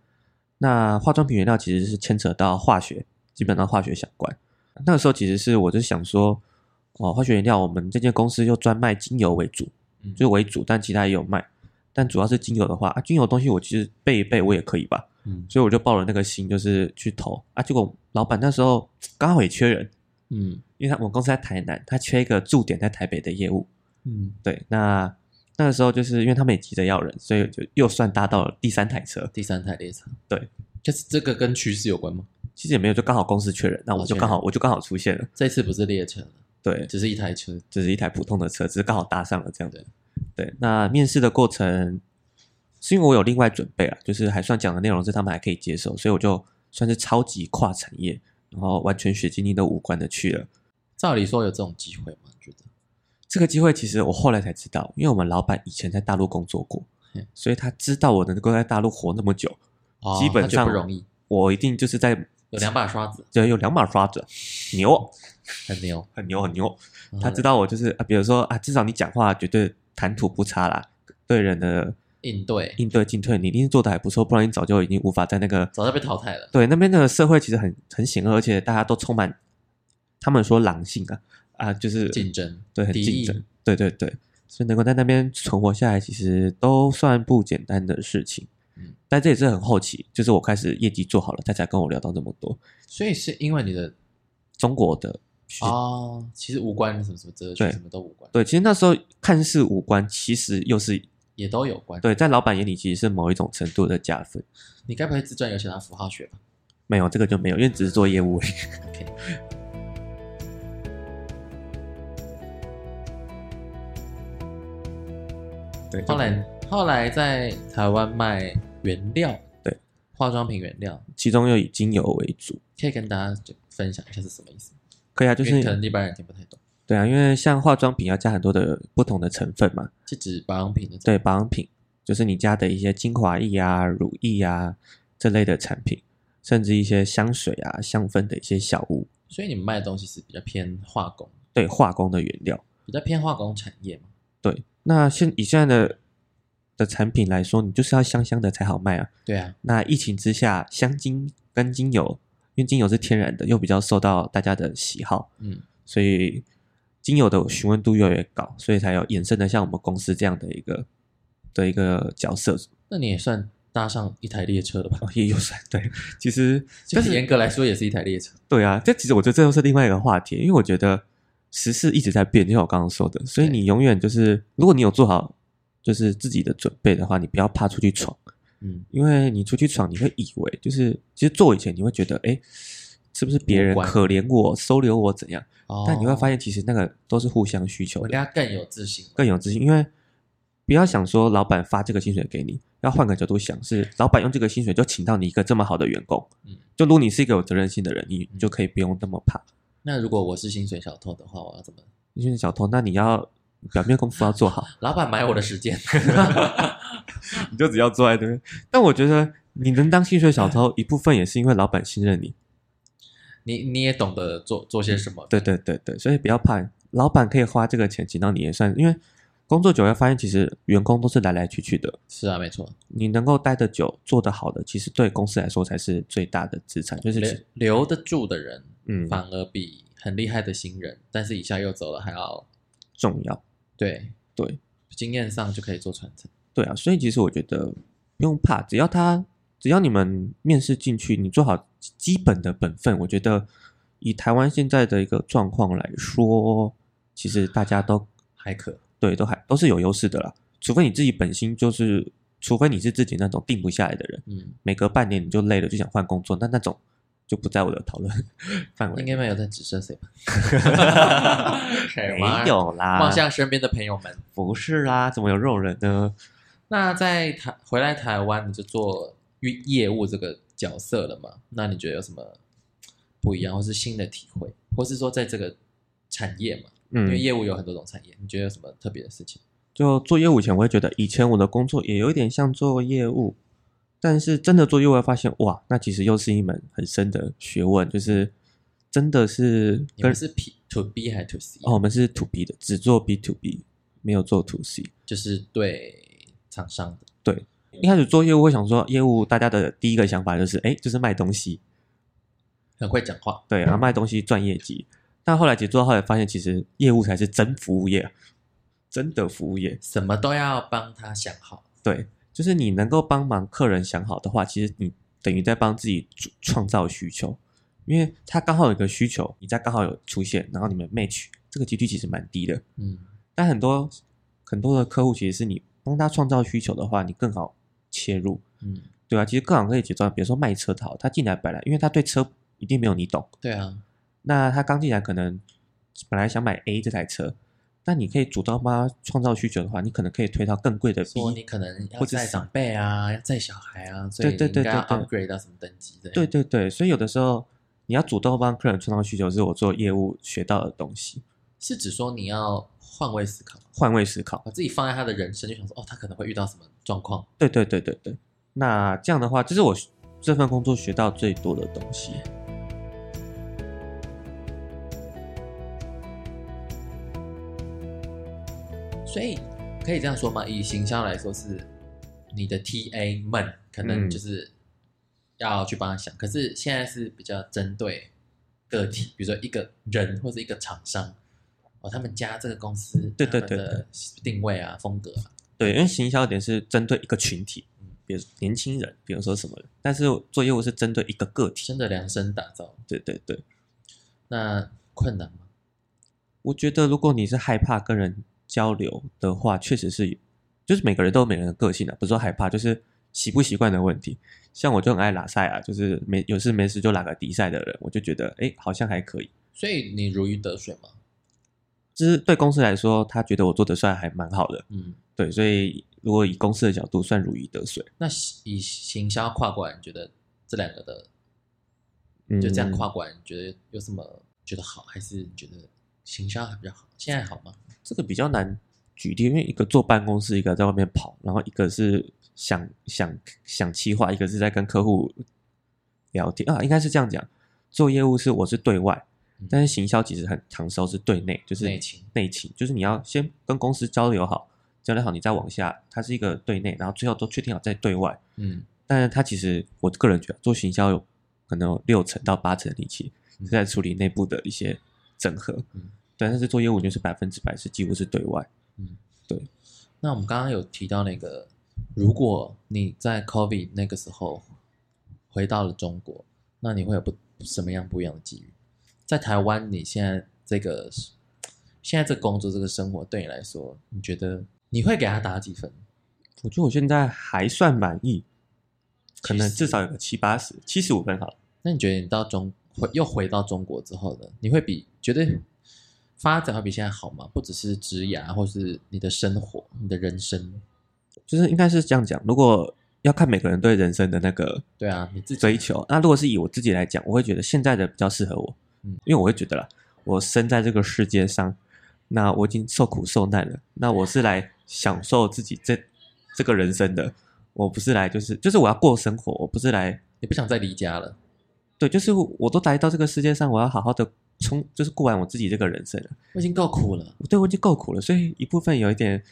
Speaker 2: 那化妆品原料其实是牵扯到化学，基本上化学相关。那个时候其实是我就想说，哦，化学原料我们这间公司就专卖精油为主，
Speaker 1: 嗯
Speaker 2: 就为主，但其他也有卖。但主要是精油的话，啊，精油的东西我其实背一背我也可以吧，
Speaker 1: 嗯
Speaker 2: 所以我就抱了那个心，就是去投啊。结果老板那时候刚好也缺人，
Speaker 1: 嗯
Speaker 2: 因为他我公司在台南，他缺一个驻点在台北的业务，
Speaker 1: 嗯，
Speaker 2: 对，那那个时候就是因为他们也急着要人，所以就又算搭到了第三台车。
Speaker 1: 第三台列车，
Speaker 2: 对，
Speaker 1: 就是这个跟趋势有关吗？
Speaker 2: 其实也没有，就刚好公司缺人，那我就刚好我就刚好出现了。
Speaker 1: 这次不是列车了，
Speaker 2: 对，
Speaker 1: 只是一台车。
Speaker 2: 只是一台普通的车，只是刚好搭上了这样的。对，那面试的过程是因为我有另外准备啊，就是还算讲的内容是他们还可以接受，所以我就算是超级跨产业，然后完全学经历都无关的去了。
Speaker 1: 照理说有这种机会吗？你觉得？
Speaker 2: 这个机会其实我后来才知道，因为我们老板以前在大陆工作过
Speaker 1: 嗯，
Speaker 2: 所以他知道我能够在大陆活那么久，
Speaker 1: 哦
Speaker 2: 基本
Speaker 1: 那就
Speaker 2: 上
Speaker 1: 不容易，
Speaker 2: 我一定就是在
Speaker 1: 有两把刷子。
Speaker 2: 对，有两把刷子，牛。
Speaker 1: 很 牛，嗯
Speaker 2: 很牛很牛。
Speaker 1: 然后
Speaker 2: 他
Speaker 1: 嘞
Speaker 2: 知道我就是啊，比如说啊，至少你讲话绝对谈吐不差啦，对人的
Speaker 1: 应对，
Speaker 2: 应对进退，你一定是做的还不错，不然你早就已经无法在那个
Speaker 1: 早就被淘汰了。
Speaker 2: 对那边的社会其实很很险恶，而且大家都充满他们说狼性啊啊，就是
Speaker 1: 竞争，
Speaker 2: 对，很
Speaker 1: 敌
Speaker 2: 竞
Speaker 1: 意
Speaker 2: 争，对对对，所以能够在那边存活下来，其实都算不简单的事情。
Speaker 1: 嗯
Speaker 2: 但这也是很后期，就是我开始业绩做好了，他才跟我聊到这么多
Speaker 1: 所以是因为你的
Speaker 2: 中国的学。
Speaker 1: 哦，其实无关什么什么哲学，
Speaker 2: 对
Speaker 1: 什么都无关，
Speaker 2: 对，其实那时候看似无关，其实又是
Speaker 1: 也都有关。
Speaker 2: 对，在老板眼里其实是某一种程度的加分。
Speaker 1: 你该不会自传有写到符号学吧？
Speaker 2: 没有这个就没有，因为只是做业务而已。 对，
Speaker 1: 后来后来在台湾卖原料，
Speaker 2: 对，
Speaker 1: 化妆品原料，
Speaker 2: 其中又以精油为主，
Speaker 1: 可以跟大家就分享一下是什么意思，
Speaker 2: 可以啊，就
Speaker 1: 因为可
Speaker 2: 是
Speaker 1: 能一般人听不太懂，
Speaker 2: 对啊，因为像化妆品要加很多的不同的成分嘛，
Speaker 1: 是指保养品那种。
Speaker 2: 对保养品，就是你家的一些精华液啊、乳液啊这类的产品，甚至一些香水啊、香氛的一些小物，
Speaker 1: 所以你们卖的东西是比较偏化工，
Speaker 2: 对化工的原料。
Speaker 1: 比较偏化工产业嘛。
Speaker 2: 对，那现以现在的的产品来说，你就是要香香的才好卖啊。
Speaker 1: 对啊，
Speaker 2: 那疫情之下，香精跟精油，因为精油是天然的，又比较受到大家的喜好，
Speaker 1: 嗯，
Speaker 2: 所以精油的询问度越来越高，所以才有衍生的像我们公司这样的一个的一个角色，
Speaker 1: 那你也算搭上一台列车了吧？
Speaker 2: 哦，也有算对。其实，
Speaker 1: 就
Speaker 2: 但
Speaker 1: 是
Speaker 2: 是
Speaker 1: 严格来说也是一台列车。
Speaker 2: 对啊，这其实我觉得这又是另外一个话题，因为我觉得时事一直在变，就像我刚刚说的，所以
Speaker 1: 对
Speaker 2: 你永远就是，如果你有做好就是自己的准备的话，你不要怕出去闯，
Speaker 1: 嗯，
Speaker 2: 因为你出去闯，你会以为就是，其实做以前你会觉得，哎，是不是别人
Speaker 1: 无关
Speaker 2: 可怜我、收留我怎样？
Speaker 1: 哦
Speaker 2: 但你会发现，其实那个都是互相需求
Speaker 1: 我
Speaker 2: 的，
Speaker 1: 大家更有自信了。
Speaker 2: 更有自信，因为。不要想说老板发这个薪水给你，要换个角度想，是老板用这个薪水就请到你一个这么好的员工。
Speaker 1: 嗯，
Speaker 2: 就如果你是一个有责任心的人，你你就可以不用那么怕。
Speaker 1: 那如果我是薪水小偷的话，我要怎么？
Speaker 2: 你就是小偷，那你要表面功夫要做好，
Speaker 1: 老板买我的时 间，
Speaker 2: 你就只要坐在那边。但我觉得你能当薪水小偷，一部分也是因为老板信任你。
Speaker 1: 你你也懂得做做些什么？
Speaker 2: 对对对对，所以不要怕，老板可以花这个钱请到你也算，因为工作久了发现，其实员工都是来来去去的。
Speaker 1: 是啊，没错。
Speaker 2: 你能够待得久、做得好的，其实对公司来说才是最大的资产。就是
Speaker 1: 留
Speaker 2: 其
Speaker 1: 留得住的人，
Speaker 2: 嗯，
Speaker 1: 反而比很厉害的新人，但是一下又走了还要
Speaker 2: 重要。
Speaker 1: 对
Speaker 2: 对，
Speaker 1: 经验上就可以做传承。
Speaker 2: 对啊，所以其实我觉得不用怕，只要他只要你们面试进去，你做好基本的本分，我觉得以台湾现在的一个状况来说，其实大家都
Speaker 1: 还可
Speaker 2: 对都还都是有优势的啦。除非你自己本心就是，除非你是自己那种定不下来的人，
Speaker 1: 嗯，
Speaker 2: 每隔半年你就累了就想换工作，那那种就不在我的讨论 范围
Speaker 1: 应
Speaker 2: 内。
Speaker 1: 该没有在指涉谁吧？ 没
Speaker 2: 没，有啦，
Speaker 1: 望向身边的朋友们。
Speaker 2: 不是啦，怎么有肉人呢？
Speaker 1: 那在台回来台湾，你就做业业务这个角色了嘛？那你觉得有什么不一样，或是新的体会，或是说在这个产业嘛？因
Speaker 2: 嗯
Speaker 1: 为，业务有很多种产业，你觉得有什么特别的事情？
Speaker 2: 就做业务以前，我会觉得以前我的工作也有一点像做业务，但是真的做业务，会发现哇，那其实又是一门很深的学问，就是真的是
Speaker 1: 你
Speaker 2: 跟
Speaker 1: 们是 P to B 还是 to C？
Speaker 2: 哦，我们是 to B 的，只做 B to B，没有做 to C。
Speaker 1: 就是对厂商的。
Speaker 2: 一开始做业务，会想说业务大家的第一个想法就是，哎，就是卖东西，
Speaker 1: 很会讲话，
Speaker 2: 对，然后卖东西赚业绩。但后来解做到后来发现，其实业务才是真服务业啊，真的服务业。
Speaker 1: 什么都要帮他想好。
Speaker 2: 对，就是你能够帮忙客人想好的话，其实你等于在帮自己主创造需求，因为他刚好有个需求，你在刚好有出现，然后你们 match，这个几率其实蛮低的。
Speaker 1: 嗯，
Speaker 2: 但很多很多的客户其实是你帮他创造需求的话，你更好切入，
Speaker 1: 嗯，
Speaker 2: 对啊，其实更好可以解决，比如说卖车的好，他进来本来因为他对车一定没有你懂，
Speaker 1: 对啊，
Speaker 2: 那他刚进来可能本来想买 A 这台车。那你可以主动帮他创造需求的话，你可能可以推到更贵的 B，
Speaker 1: 说你可能要
Speaker 2: 或者
Speaker 1: 载
Speaker 2: 是
Speaker 1: 长辈啊，要载小孩啊，所以你
Speaker 2: 对对
Speaker 1: 应该要
Speaker 2: 对对
Speaker 1: upgrade 到什么等级的？
Speaker 2: 对，对对，所以有的时候你要主动帮客人创造需求，是我做业务学到的东西。
Speaker 1: 是指说你要换位思考，
Speaker 2: 换位思考，
Speaker 1: 把自己放在他的人生，就想说哦，他可能会遇到什么状况。
Speaker 2: 对对对对对。那这样的话，这是我这份工作学到最多的东西。
Speaker 1: 所以可以这样说吗？以行销来说，是你的 TA 们可能
Speaker 2: 嗯
Speaker 1: 就是要去帮他想，可是现在是比较针对个体，比如说一个人或者一个厂商。哦，他们家这个公司，
Speaker 2: 对对
Speaker 1: 他们的定位啊、风格啊，
Speaker 2: 对，因为行销点是针对一个群体
Speaker 1: 嗯，
Speaker 2: 比如年轻人，比如说什么人，但是做业务是针对一个个体。
Speaker 1: 真的量身打造，
Speaker 2: 对对对，
Speaker 1: 那困难吗？
Speaker 2: 我觉得如果你是害怕跟人交流的话，确实是有，就是每个人都有每个人的个性啊，不是说害怕，就是习不习惯的问题。像我就很爱拉塞啊，就是没有事没事就拉个迪赛的人，我就觉得哎，好像还可以。
Speaker 1: 所以你如鱼得水吗？
Speaker 2: 就是对公司来说，他觉得我做的算还蛮好的，
Speaker 1: 嗯，
Speaker 2: 对，所以如果以公司的角度，算如鱼得水。
Speaker 1: 那以行销跨过来，你觉得这两个的
Speaker 2: 嗯
Speaker 1: 就这样跨过来，你觉得有什么觉得好，还是你觉得行销还比较好？现在好吗？
Speaker 2: 这个比较难举例，因为一个坐办公室，一个在外面跑，然后一个是想想想企划，一个是在跟客户聊天啊，应该是这样讲。做业务是我是对外
Speaker 1: 嗯，
Speaker 2: 但是行销其实很长时候是对内，就是
Speaker 1: 内勤
Speaker 2: 内勤，就是你要先跟公司交流好，交流好你再往下，它是一个对内，然后最后都确定好再对外。
Speaker 1: 嗯，
Speaker 2: 但是它其实我个人觉得做行销有可能有六成到八成的力气
Speaker 1: 嗯
Speaker 2: 是在处理内部的一些整合，
Speaker 1: 嗯
Speaker 2: 对，但是做业务就是百分之百是几乎是对外，
Speaker 1: 那我们刚刚有提到那个，如果你在 COVID 那个时候回到了中国，那你会有不什么样不一样的际遇？在台湾，你现在这个现在这个工作这个生活对你来说，你觉得你会给他打几分？
Speaker 2: 我觉得我现在还算满意，可能
Speaker 1: 70
Speaker 2: 至少有个七八十、七十五分好了。
Speaker 1: 那你觉得你到中回又回到中国之后呢？你会比觉得发展会比现在好吗？不只是职涯，或是你的生活、你的人生？
Speaker 2: 就是应该是这样讲，如果要看每个人对人生的那个
Speaker 1: 对啊，你自己
Speaker 2: 追求，那如果是以我自己来讲，我会觉得现在的比较适合我，
Speaker 1: 嗯
Speaker 2: 因为我会觉得啦，我生在这个世界上，那我已经受苦受难了，那我是来享受自己这这个人生的，我不是来就是就是我要过生活，我不是来
Speaker 1: 你不想再离家了，
Speaker 2: 对，就是我都来到这个世界上，我要好好的冲，就是过完我自己这个人生了。
Speaker 1: 我已经够苦了，
Speaker 2: 我对我已经够苦了，所以一部分有一点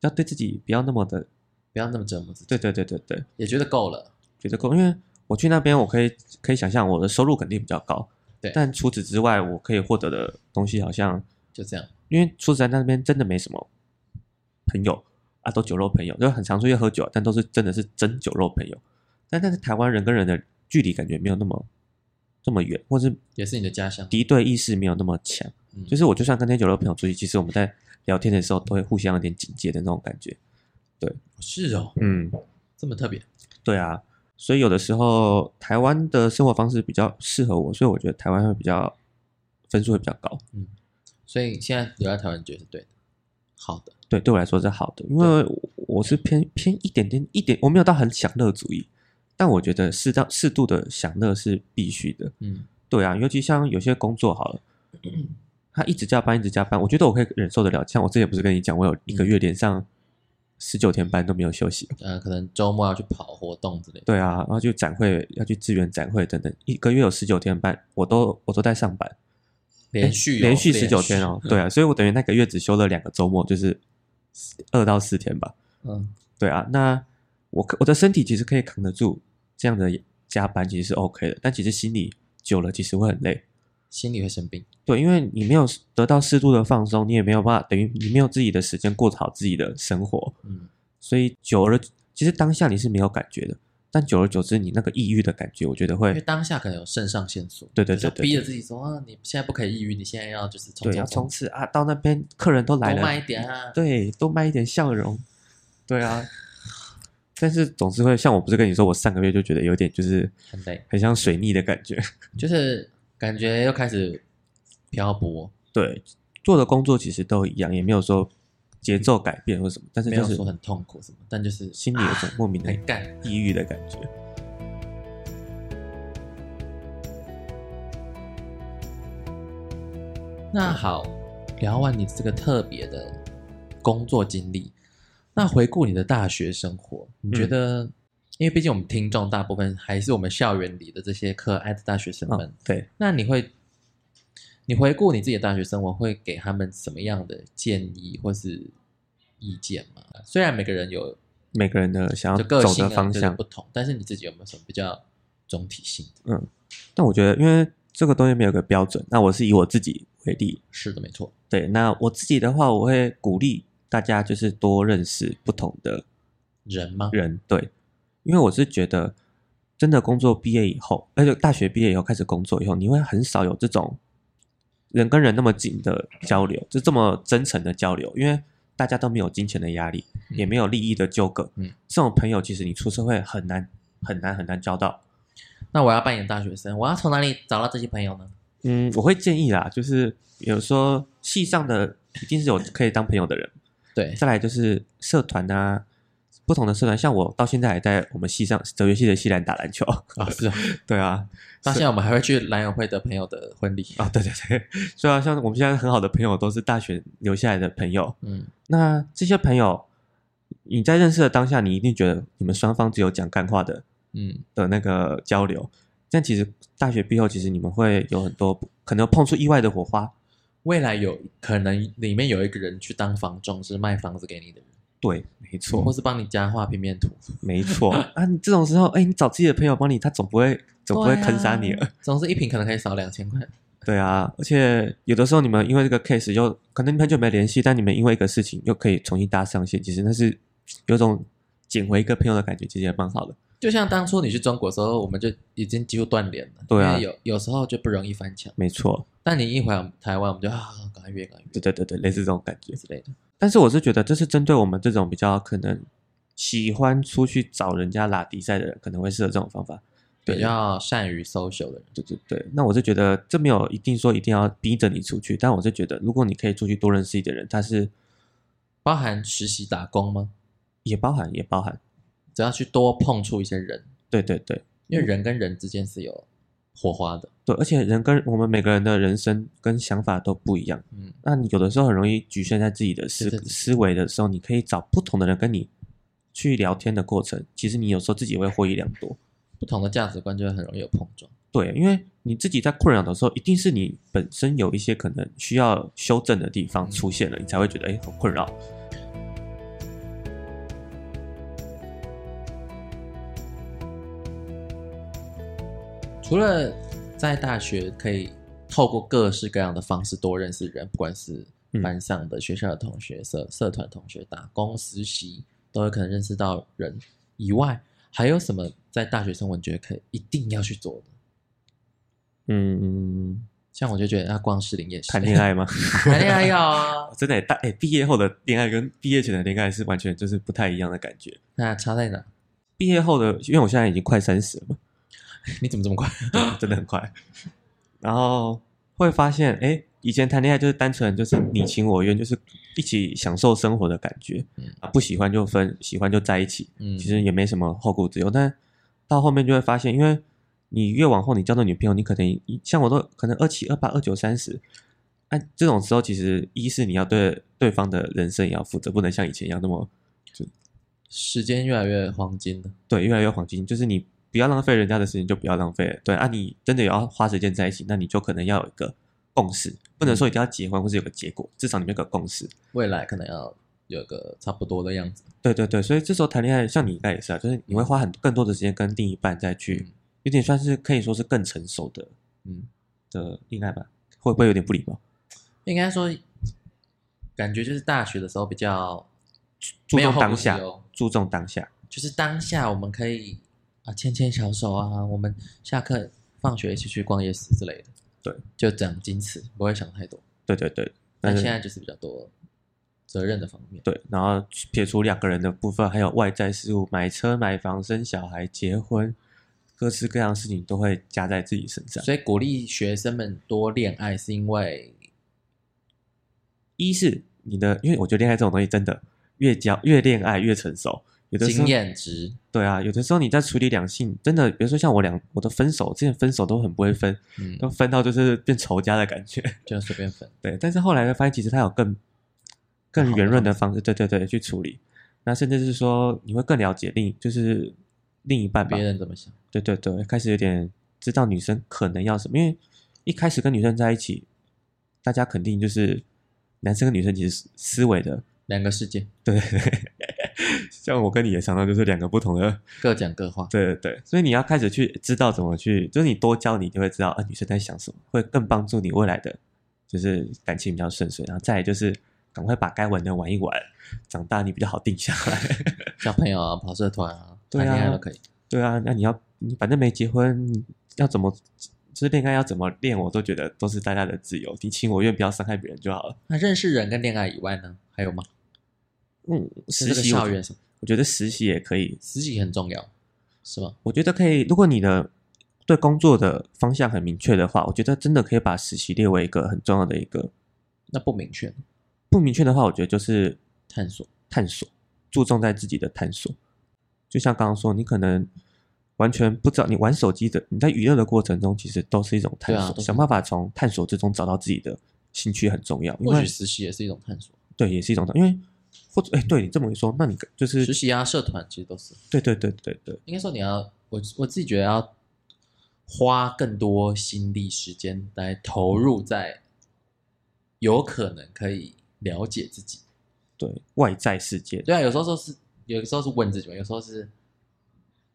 Speaker 2: 要对自己不要那么的，
Speaker 1: 不要那么折磨自己，
Speaker 2: 对对对对对，
Speaker 1: 也觉得够了。
Speaker 2: 觉得够，因为我去那边，我可以可以想象我的收入肯定比较高，
Speaker 1: 对
Speaker 2: 但除此之外，我可以获得的东西好像，
Speaker 1: 就这样，
Speaker 2: 因为说实在，那边真的没什么朋友啊，都酒肉朋友，就很常出去喝酒，但都是真的是真酒肉朋友。但但是台湾人跟人的距离感觉没有那么这么远，或是
Speaker 1: 也是你的家乡。
Speaker 2: 敌对意识没有那么强。
Speaker 1: 嗯
Speaker 2: 就是我就算跟那些酒肉朋友出去，其实我们在聊天的时候都会互相有点警戒的那种感觉。
Speaker 1: 是哦，
Speaker 2: 嗯，
Speaker 1: 这么特别。
Speaker 2: 对啊，所以有的时候台湾的生活方式比较适合我，所以我觉得台湾会比较分数会比较高。
Speaker 1: 所以现在留在台湾，你觉得是对的，好的。
Speaker 2: 对，对我来说是好的，因为我是偏偏一点点一点，我没有到很享乐主义，但我觉得适当适度的享乐是必须的。
Speaker 1: 嗯，
Speaker 2: 对啊，尤其像有些工作好了，他一直加班，一直加班，我觉得我可以忍受得了。像我之前不是跟你讲，我有一个月连上十九天班都没有休息。
Speaker 1: 呃，可能周末要去跑活动之类的。
Speaker 2: 对啊，然后就展会要去支援展会等等，一个月有十九天班，我都我都在上班，
Speaker 1: 连续嗯哦
Speaker 2: 诶哎连续十九天哦。对啊，所以我等于那个月只休了两个周末，就是二到四天吧。
Speaker 1: 嗯，
Speaker 2: 对啊，那我可我的身体其实可以扛得住这样的加班，其实是 OK 的，但其实心里久了其实会很累。
Speaker 1: 心里会生病。
Speaker 2: 对，因为你没有得到适度的放松，你也没有办法，等于你没有自己的时间过好自己的生活，
Speaker 1: 嗯，
Speaker 2: 所以久而其实当下你是没有感觉的，但久而久之，你那个抑郁的感觉，我觉得
Speaker 1: 因为
Speaker 2: 会
Speaker 1: 当下可能有肾上腺素，
Speaker 2: 对对
Speaker 1: 就
Speaker 2: 对
Speaker 1: 逼
Speaker 2: 对
Speaker 1: 着自己说啊，你现在不可以抑郁，你现在要就是冲
Speaker 2: 对，
Speaker 1: 冲
Speaker 2: 要冲
Speaker 1: 冲，
Speaker 2: 刺啊！到那边客人都来
Speaker 1: 多
Speaker 2: 了，
Speaker 1: 慢一点啊。
Speaker 2: 对，多卖一点笑容，对啊。但是总是会像我不是跟你说，我上个月就觉得有点就是
Speaker 1: 很累，
Speaker 2: 很像水逆的 感觉。
Speaker 1: 就是感觉又开始漂泊，
Speaker 2: 对，做的工作其实都一样，也没有说节奏改变或什么，但是
Speaker 1: 没
Speaker 2: 就
Speaker 1: 有
Speaker 2: 是
Speaker 1: 说很痛苦什么，但就是啊
Speaker 2: 心里有种莫名的
Speaker 1: 很干。
Speaker 2: 抑郁的感觉。
Speaker 1: 啊那好，聊完你这个特别的工作经历，那回顾你的大学生活，你觉得？因为毕竟我们听众大部分还是我们校园里的这些可爱的大学生们，
Speaker 2: 嗯，对，
Speaker 1: 那你会，你回顾你自己的大学生活，会给他们什么样的建议，或是意见嘛？虽然每个人有
Speaker 2: 每个人的想
Speaker 1: 就
Speaker 2: 要
Speaker 1: 个
Speaker 2: 走
Speaker 1: 性
Speaker 2: 的
Speaker 1: 啊
Speaker 2: 方
Speaker 1: 就是
Speaker 2: 向
Speaker 1: 不。同，但是你自己有没有什么比较总体性的？
Speaker 2: 但我觉得，因为这个东西没有个标准，那我是以我自己为例。
Speaker 1: 是的，没错，
Speaker 2: 对，那我自己的话，我会鼓励大家就是多认识不同的
Speaker 1: 人吗？
Speaker 2: 人，对，因为我是觉得，真的工作毕业以后，而且大学毕业以后开始工作以后，你会很少有这种人跟人那么紧的交流，就这么真诚的交流，因为大家都没有金钱的压力，也没有利益的纠葛，
Speaker 1: 嗯，
Speaker 2: 这种朋友其实你出社会很难很难很难交到。
Speaker 1: 那我要扮演大学生，我要从哪里找到这些朋友呢？
Speaker 2: 嗯，我会建议啦，就是比如说系上的一定是有可以当朋友的人，
Speaker 1: 对，
Speaker 2: 再来就是社团啊，不同的社团，像我到现在还在我们系上哲学系的系篮打篮球。
Speaker 1: 啊，是啊，
Speaker 2: 对啊，
Speaker 1: 到现在我们还会去蓝友会的朋友的婚礼
Speaker 2: 啊、对对对， 所以啊，像我们现在很好的朋友都是大学留下来的朋友。
Speaker 1: 嗯，
Speaker 2: 那这些朋友，你在认识的当下，你一定觉得你们双方只有讲干话的
Speaker 1: 嗯，
Speaker 2: 的那个交流，但其实大学毕业后，其实你们会有很多可能碰出意外的火花。
Speaker 1: 未来有可能里面有一个人去当房仲，是卖房子给你的人，
Speaker 2: 对，没错，
Speaker 1: 或是帮你加画平面图，
Speaker 2: 没错啊！你这种时候，哎、你找自己的朋友帮你，他总不会总不会
Speaker 1: 对啊
Speaker 2: 坑杀你了。
Speaker 1: 总是一瓶可能可以少两千块，
Speaker 2: 对啊，而且有的时候你们因为这个 case 又可能很久没联系，但你们因为一个事情又可以重新搭上线，其实那是有种捡回一个朋友的感觉，其实也蛮好的。
Speaker 1: 就像当初你去中国的时候，我们就已经几乎断联了。
Speaker 2: 对啊
Speaker 1: 因为有有时候就不容易翻墙。
Speaker 2: 没错，
Speaker 1: 但你一回来台湾，我们就啊，赶快约，赶快约
Speaker 2: 对对对对，类似这种感觉。
Speaker 1: 之类的。
Speaker 2: 但是我是觉得这是针对我们这种比较可能喜欢出去找人家拉迪赛的人，可能会适合这种方法。对
Speaker 1: 比较善于 social 的人，
Speaker 2: 对对对，那我是觉得这没有一定说一定要逼着你出去，但我是觉得如果你可以出去多认识一点人，他是
Speaker 1: 包含实习打工吗？
Speaker 2: 也包含也包含，
Speaker 1: 只要去多碰触一些人，
Speaker 2: 对对对
Speaker 1: 因为人跟人之间是有火花的。
Speaker 2: 对，而且人跟我们每个人的人生跟想法都不一样，
Speaker 1: 嗯，
Speaker 2: 那你有的时候很容易局限在自己的思
Speaker 1: 对对对
Speaker 2: 思维的时候，你可以找不同的人跟你去聊天的过程，其实你有时候自己会获益良多。
Speaker 1: 不同的价值观就会很容易有碰撞。
Speaker 2: 对，因为你自己在困扰的时候，一定是你本身有一些可能需要修正的地方出现了，你才会觉得哎很困扰。
Speaker 1: 除了在大学可以透过各式各样的方式多认识人，不管是
Speaker 2: 嗯
Speaker 1: 班上的、学校的同学、社社团同学、打工、实习，都有可能认识到人以外，还有什么在大学生活你觉得可以一定要去做的？
Speaker 2: 嗯，
Speaker 1: 像我就觉得要逛士林夜市，
Speaker 2: 谈恋，爱吗？
Speaker 1: 谈恋爱要啊。
Speaker 2: 真的耶大哎，毕业后的恋爱跟毕业前的恋爱是完全就是不太一样的感觉。
Speaker 1: 那差在哪？
Speaker 2: 毕业后的，因为我现在已经快三十了嘛，
Speaker 1: 你怎么这么快？
Speaker 2: 对真的很快。然后会发现，哎，以前谈恋爱就是单纯就是你情我愿，就是一起享受生活的感觉
Speaker 1: 嗯
Speaker 2: 啊，不喜欢就分，喜欢就在一起。
Speaker 1: 嗯，
Speaker 2: 其实也没什么后顾之忧。但到后面就会发现，因为你越往后你交的女朋友，你可能像我都可能二七、二八、二九、三十，哎，这种时候其实一是你要对对方的人生也要负责，不能像以前一样那么
Speaker 1: 时间越来越黄金了。
Speaker 2: 对越来越黄金，就是你不要浪费人家的时间，就不要浪费了。对啊，你真的也要花时间在一起，那你就可能要有一个共识，不能说一定要结婚或是有个结果，至少你们有个共识。
Speaker 1: 未来可能要有个差不多的样子。
Speaker 2: 对对对，所以这时候谈恋爱，像你应该也是啊，就是你会花很更多的时间跟另一半再去
Speaker 1: 嗯，
Speaker 2: 有点算是可以说是更成熟的
Speaker 1: 嗯，
Speaker 2: 的恋爱吧，会不会有点不礼貌？
Speaker 1: 应该说，感觉就是大学的时候比较
Speaker 2: 注
Speaker 1: 没有
Speaker 2: 重
Speaker 1: 后哦顾
Speaker 2: 当
Speaker 1: 之
Speaker 2: 下
Speaker 1: 忧，
Speaker 2: 注重当下，
Speaker 1: 就是当下我们可以啊牵牵小手啊，我们下课放学一起去逛夜市之类的。
Speaker 2: 对，
Speaker 1: 就这样仅此，不会想太多。
Speaker 2: 对对对。
Speaker 1: 但
Speaker 2: 但是
Speaker 1: 现在就是比较多责任的方面。
Speaker 2: 对，然后撇除两个人的部分，还有外在事物，买车、买房、生小孩、结婚，各式各样的事情都会加在自己身上。
Speaker 1: 所以鼓励学生们多恋爱，是因为
Speaker 2: 一是你的，因为我觉得恋爱这种东西真的越交越恋爱越成熟，有的时候
Speaker 1: 经验值。
Speaker 2: 对啊，有的时候你在处理两性，真的，比如说像我两我的分手，之前分手都很不会分，
Speaker 1: 嗯，
Speaker 2: 都分到就是变仇家的感觉。
Speaker 1: 就随便分。
Speaker 2: 对，但是后来呢，发现其实它有更更
Speaker 1: 好的
Speaker 2: 圆润的方式，对对对，去处理。那甚至是说，你会更了解另就是另一半吧
Speaker 1: 别？人怎么想？
Speaker 2: 对对对，开始有点知道女生可能要什么，因为一开始跟女生在一起，大家肯定就是男生跟女生其实思维的
Speaker 1: 两个世界，
Speaker 2: 对， 像我跟你也常常就是两个不同的，
Speaker 1: 各讲各话。
Speaker 2: 对对对，所以你要开始去知道怎么去，就是你多教你就会知道啊，女生在想什么，会更帮助你未来的就是感情比较顺遂。然后再来就是赶快把该玩的玩一玩，长大你比较好定下来。
Speaker 1: 小朋友啊，跑社团啊，
Speaker 2: 对啊
Speaker 1: 谈恋爱都可以。
Speaker 2: 对啊，那你要你反正没结婚，你要怎么就是恋爱要怎么练，我都觉得都是大家的自由，你情我愿，不要伤害别人就好了。
Speaker 1: 那认识人跟恋爱以外呢，还有吗？
Speaker 2: 嗯，
Speaker 1: 是
Speaker 2: 实
Speaker 1: 这个
Speaker 2: 习我
Speaker 1: 校园什么，
Speaker 2: 我觉得实习也可以，
Speaker 1: 实习很重要，是吗？
Speaker 2: 我觉得可以。如果你的对工作的方向很明确的话，我觉得真的可以把实习列为一个很重要的一个。
Speaker 1: 那不明确，
Speaker 2: 不明确的话，我觉得就是
Speaker 1: 探索。
Speaker 2: 探索，注重在自己的探索。就像刚刚说，你可能完全不知道，你玩手机的，你在娱乐的过程中，其实都是一种探
Speaker 1: 对啊
Speaker 2: 索，
Speaker 1: 都是
Speaker 2: 想办法从探索之中找到自己的兴趣很重要，因
Speaker 1: 或
Speaker 2: 为
Speaker 1: 许实习也是一种探索，
Speaker 2: 对也是一种，因为或者哎，对你这么一说，那你就是
Speaker 1: 实习啊，社团其实都是。
Speaker 2: 对对对对对，
Speaker 1: 应该说你要我我自己觉得要花更多心力时间来投入在有可能可以了解自己。
Speaker 2: 对外在世界，
Speaker 1: 对啊，有时候说是有时候是问自己嘛，有时候是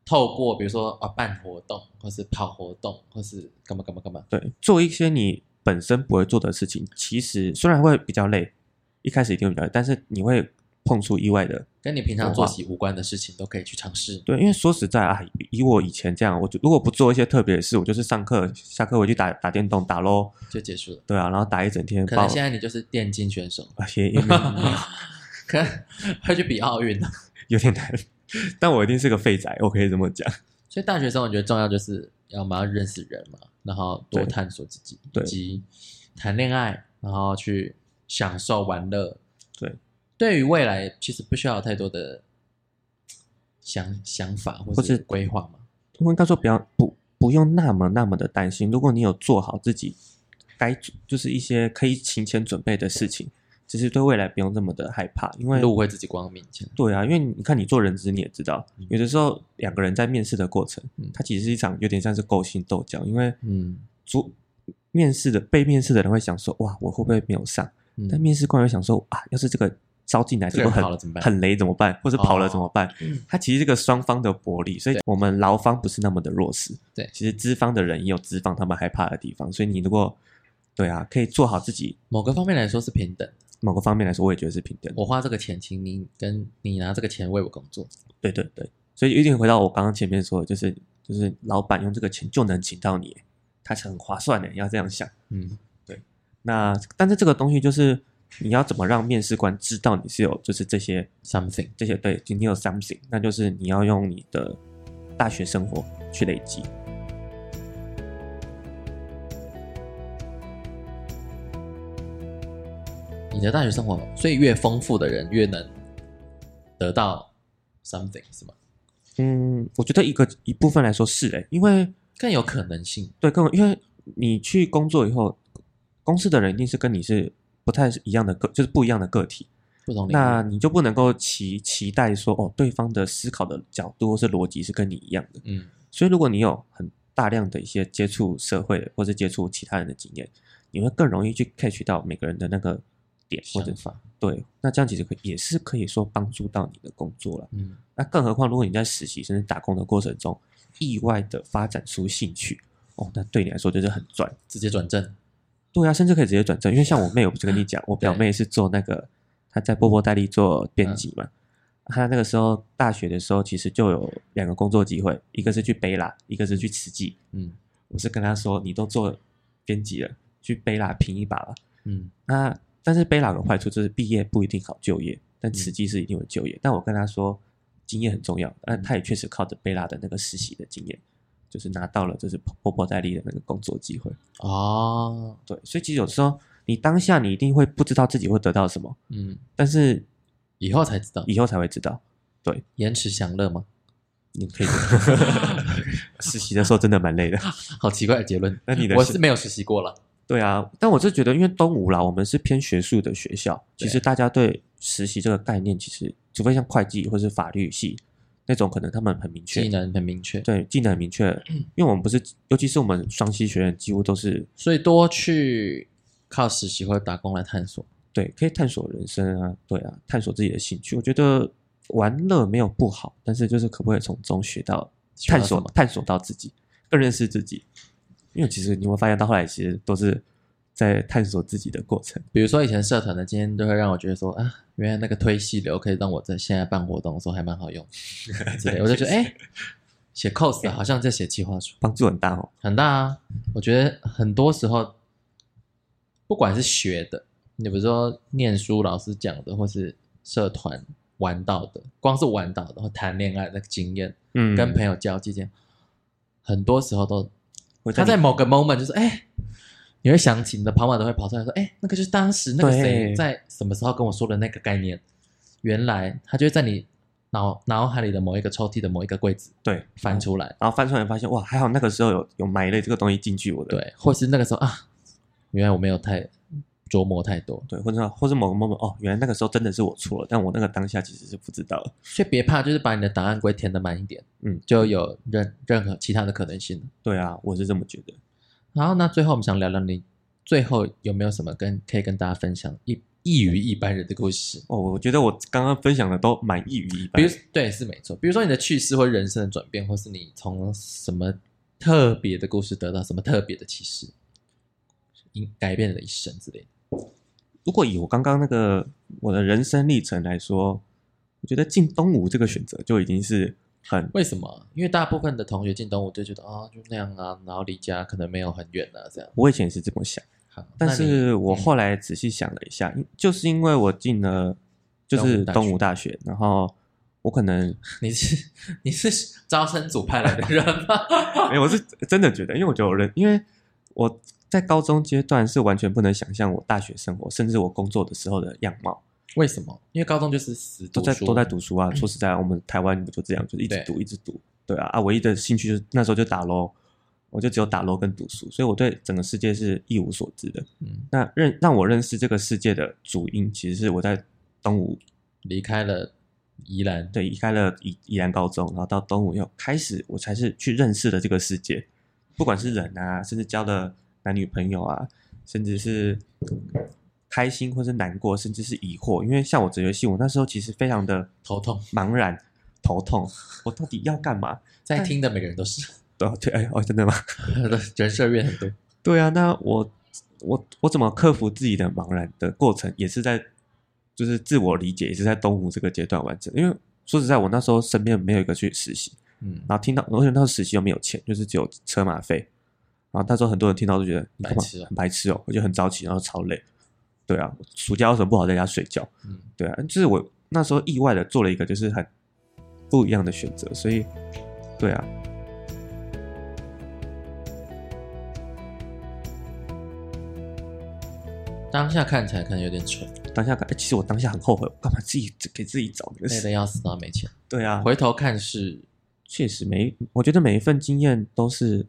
Speaker 1: 透过比如说啊办活动，或是跑活动，或是干嘛干嘛干嘛。
Speaker 2: 对，做一些你本身不会做的事情，其实虽然会比较累，一开始一定会比较累，但是你会碰出意外的
Speaker 1: 跟你平常作息无关的事情都可以去尝试。
Speaker 2: 对，因为说实在啊，以我以前这样，我就如果不做一些特别的事，我就是上课下课回去打打电动、打喽，
Speaker 1: 就结束了。
Speaker 2: 对啊，然后打一整天，
Speaker 1: 可
Speaker 2: 把
Speaker 1: 能
Speaker 2: 我
Speaker 1: 现在你就是电竞选手，
Speaker 2: 啊也也没 有
Speaker 1: 可能会去比奥运啊了。
Speaker 2: 有点难，但我一定是个废宅，我可以这么讲。
Speaker 1: 所以大学生我觉得重要就是要么要认识人嘛，然后多
Speaker 2: 对
Speaker 1: 探索自己，以
Speaker 2: 对
Speaker 1: 及谈恋爱，然后去享受玩乐。
Speaker 2: 对，
Speaker 1: 对于未来其实不需要有太多的想想法或
Speaker 2: 或
Speaker 1: 是
Speaker 2: 是
Speaker 1: 规划嘛。
Speaker 2: 我应该说不要不不用那么那么的担心，如果你有做好自己该就是一些可以提前准备的事情，其实对未来不用这么的害怕，因为
Speaker 1: 路会自己光明前。
Speaker 2: 对啊，因为你看，你做人资你也知道
Speaker 1: 嗯，
Speaker 2: 有的时候两个人在面试的过程
Speaker 1: 嗯，
Speaker 2: 它其实是一场有点像是勾心斗角，因为
Speaker 1: 嗯
Speaker 2: 主面试的被面试的人会想说，哇，我会不会没有上？但
Speaker 1: 嗯，
Speaker 2: 面试官会想说，啊，要是这个招进来，
Speaker 1: 这个
Speaker 2: 个
Speaker 1: 人
Speaker 2: 很
Speaker 1: 跑了怎么办
Speaker 2: 很雷怎么办？或者跑
Speaker 1: 哦
Speaker 2: 了怎么 办？它其实是个双方的博弈，所以我们劳方不是那么的弱势，
Speaker 1: 对
Speaker 2: 其实资方的人也有资方他们害怕的地方，所以你如果对啊，可以做好自己
Speaker 1: 某个方面来说是平等。
Speaker 2: 某个方面来说，我也觉得是平等的。
Speaker 1: 我花这个钱请你跟你拿这个钱为我工作，
Speaker 2: 对对对，所以一定回到我刚刚前面说的，就是就是老板用这个钱就能请到你，他是很划算的，要这样想。
Speaker 1: 嗯，
Speaker 2: 那但是这个东西就是你要怎么让面试官知道你是有就是这些
Speaker 1: ，something。
Speaker 2: 这些对，今天有 something，那就是你要用你的大学生活去累积。
Speaker 1: 你的大学生活，所以越丰富的人越能得到 something 是吗？
Speaker 2: 嗯，我觉得一个一部分来说是诶、欸因为
Speaker 1: 更有可能性。
Speaker 2: 对，更因为你去工作以后，公司的人一定是跟你是不太一样的个，就是不一样的个体。
Speaker 1: 不同领域
Speaker 2: 那你就不能够期期待说哦，对方的思考的角度或是逻辑是跟你一样的。
Speaker 1: 嗯，
Speaker 2: 所以，如果你有很大量的一些接触社会或是接触其他人的经验，你会更容易去 catch 到每个人的那个点或者
Speaker 1: 想法，
Speaker 2: 对。那这样其实可以也是可以说帮助到你的工作了。
Speaker 1: 嗯，
Speaker 2: 那更何况，如果你在实习甚至打工的过程中，意外的发展出兴趣，哦，那对你来说就是很赚。
Speaker 1: 直接转正，
Speaker 2: 对啊，甚至可以直接转正，因为像我妹，我不是跟你讲，我表
Speaker 1: 对
Speaker 2: 妹是做那个，她在波波代理做编辑
Speaker 1: 嗯
Speaker 2: 嘛。她那个时候大学的时候，其实就有两个工作机会，一个是去贝拉，一个是去慈济。
Speaker 1: 嗯
Speaker 2: 我是跟她说，你都做编辑了，去贝拉拼一把吧。
Speaker 1: 嗯，
Speaker 2: 那但是贝拉有个坏处就是毕业不一定好就业，但慈济是一定会就业。但我跟她说，经验很重要，但她也确实靠着贝拉的那个实习的经验，就是拿到了就是波波代理的那个工作机会。
Speaker 1: 哦，
Speaker 2: 对，所以其实有时候你当下你一定会不知道自己会得到什么，
Speaker 1: 嗯，
Speaker 2: 但是
Speaker 1: 以后才知道，
Speaker 2: 以后才会知道。
Speaker 1: 延迟享乐吗？
Speaker 2: 你可以实习的时候真的蛮累的。
Speaker 1: 好奇怪的结论。
Speaker 2: 那你的
Speaker 1: 我
Speaker 2: 是
Speaker 1: 是没有实习过了，
Speaker 2: 对啊，但我是觉得，因为东吴啦，我们是偏学术的学校，
Speaker 1: 对
Speaker 2: 其实大家对实习这个概念，其实除非像会计或是法律系那种，可能他们很明
Speaker 1: 技
Speaker 2: 确，
Speaker 1: 能嗯很明确，
Speaker 2: 对技能很明确。因为我们不是，尤其是我们双溪学院，几乎都是
Speaker 1: 所以多去靠实习或者打工来探索。
Speaker 2: 对，可以探索人生啊，对啊，探索自己的兴趣。我觉得玩乐没有不好，但是就是可不可以从中学到
Speaker 1: 学到
Speaker 2: 探索
Speaker 1: 什么
Speaker 2: 探索到自己，更认识自己。因为其实你会发现到后来，其实都是在探索自己的过程。
Speaker 1: 比如说以前社团的今天都会让我觉得说啊，原来那个推细流可以让我在现在办活动的时候还蛮好用之类的，我就觉得哎、写 cos 啊好像在写计划书，
Speaker 2: 帮助很大哦。
Speaker 1: 很大啊。我觉得很多时候，不管是学的，你比如说念书老师讲的，或是社团玩到的，光是玩到的或谈恋爱的经验，
Speaker 2: 嗯
Speaker 1: 跟朋友交际间，很多时候都
Speaker 2: 会
Speaker 1: 他
Speaker 2: 在
Speaker 1: 在
Speaker 2: 你
Speaker 1: 某个 moment 就是哎、你会想起你的跑马灯会跑出来说，哎、那个就是当时那个谁
Speaker 2: 对
Speaker 1: 在什么时候跟我说的那个概念，原来他就会在你脑脑海里的某一个抽屉的某一个柜子
Speaker 2: 对
Speaker 1: 翻，出来，
Speaker 2: 然后翻出来发现哇，还好那个时候有有埋了这个东西进去我的
Speaker 1: 对，或是那个时候啊，原来我没有太琢磨太多，
Speaker 2: 对，或者或者某个 moment 哦，原来那个时候真的是我错了，但我那个当下其实是不知道的。
Speaker 1: 所以别怕，就是把你的答案归填的满一点，
Speaker 2: 嗯
Speaker 1: 就有任任何其他的可能性了。
Speaker 2: 对啊，我是这么觉得。
Speaker 1: 然后那最后我们想聊聊你最后有没有什么跟可以跟大家分享异异于一般人的故事？
Speaker 2: 哦，我觉得我刚刚分享的都满意于一般。
Speaker 1: 比如对是没错，比如说你的趣事或人生的转变，或是你从什么特别的故事得到什么特别的启示，因改变了一生之类的。
Speaker 2: 如果以我刚刚那个我的人生历程来说，我觉得进东吴这个选择就已经是很
Speaker 1: 为什么？因为大部分的同学进东吴就觉得啊、就那样啊，然后离家可能没有很远啊，这样。
Speaker 2: 我以前也是这么想，
Speaker 1: 好，
Speaker 2: 但
Speaker 1: 那你嗯
Speaker 2: 是我后来仔细想了一下，因就是因为我进了就是
Speaker 1: 东
Speaker 2: 东
Speaker 1: 吴
Speaker 2: 吴大学，然后我可能
Speaker 1: 你是你是招生组派来的人吗？
Speaker 2: 没有，我是真的觉得，因为我觉得我人，因为我在高中阶段是完全不能想象我大学生活，甚至我工作的时候的样貌，
Speaker 1: 为什么？因为高中就是死
Speaker 2: 都
Speaker 1: 读
Speaker 2: 在
Speaker 1: 书，嗯
Speaker 2: 都在读书啊。说实在，我们台湾不就这样，就是一直
Speaker 1: 对
Speaker 2: 读一直读，对啊啊，唯一的兴趣就是那时候就打喽，我就只有打喽跟读书，所以我对整个世界是一无所知的。
Speaker 1: 嗯，
Speaker 2: 那认让我认识这个世界的主因，其实是我在东吴
Speaker 1: 离开了宜兰，
Speaker 2: 对，离开了宜宜兰高中，然后到东吴又开始，我才是去认识了这个世界，不管是人啊，甚至交的男女朋友啊，甚至是开心或是难过，甚至是疑惑。因为像我哲学系，我那时候其实非常的
Speaker 1: 头痛，
Speaker 2: 茫然、头痛，我到底要干嘛？
Speaker 1: 在听的每个人都是，
Speaker 2: 对啊对，哎哦，真的吗？
Speaker 1: 人设越很多。
Speaker 2: 对啊，那我我我怎么克服自己的茫然的过程，也是在就是自我理解，也是在东吴这个阶段完成。因为说实在，我那时候身边没有一个去实习。
Speaker 1: 嗯，
Speaker 2: 然后听到，而且那时候实习又没有钱，就是只有车马费。然后那时候很多人听到都觉得你干嘛
Speaker 1: 白痴哦
Speaker 2: 很白痴哦，我就很早起，然后超累。对啊，暑假为什么不好在家睡觉？
Speaker 1: 嗯
Speaker 2: 对啊，就是我那时候意外的做了一个就是很不一样的选择，所以对啊，
Speaker 1: 当下看起来可能有点蠢，
Speaker 2: 当下看，哎其实我当下很后悔，我干嘛自己给自己找那个
Speaker 1: 累
Speaker 2: 事？
Speaker 1: 得要死，然后没钱。
Speaker 2: 对啊，
Speaker 1: 回头看是，
Speaker 2: 确实每，我觉得每一份经验都是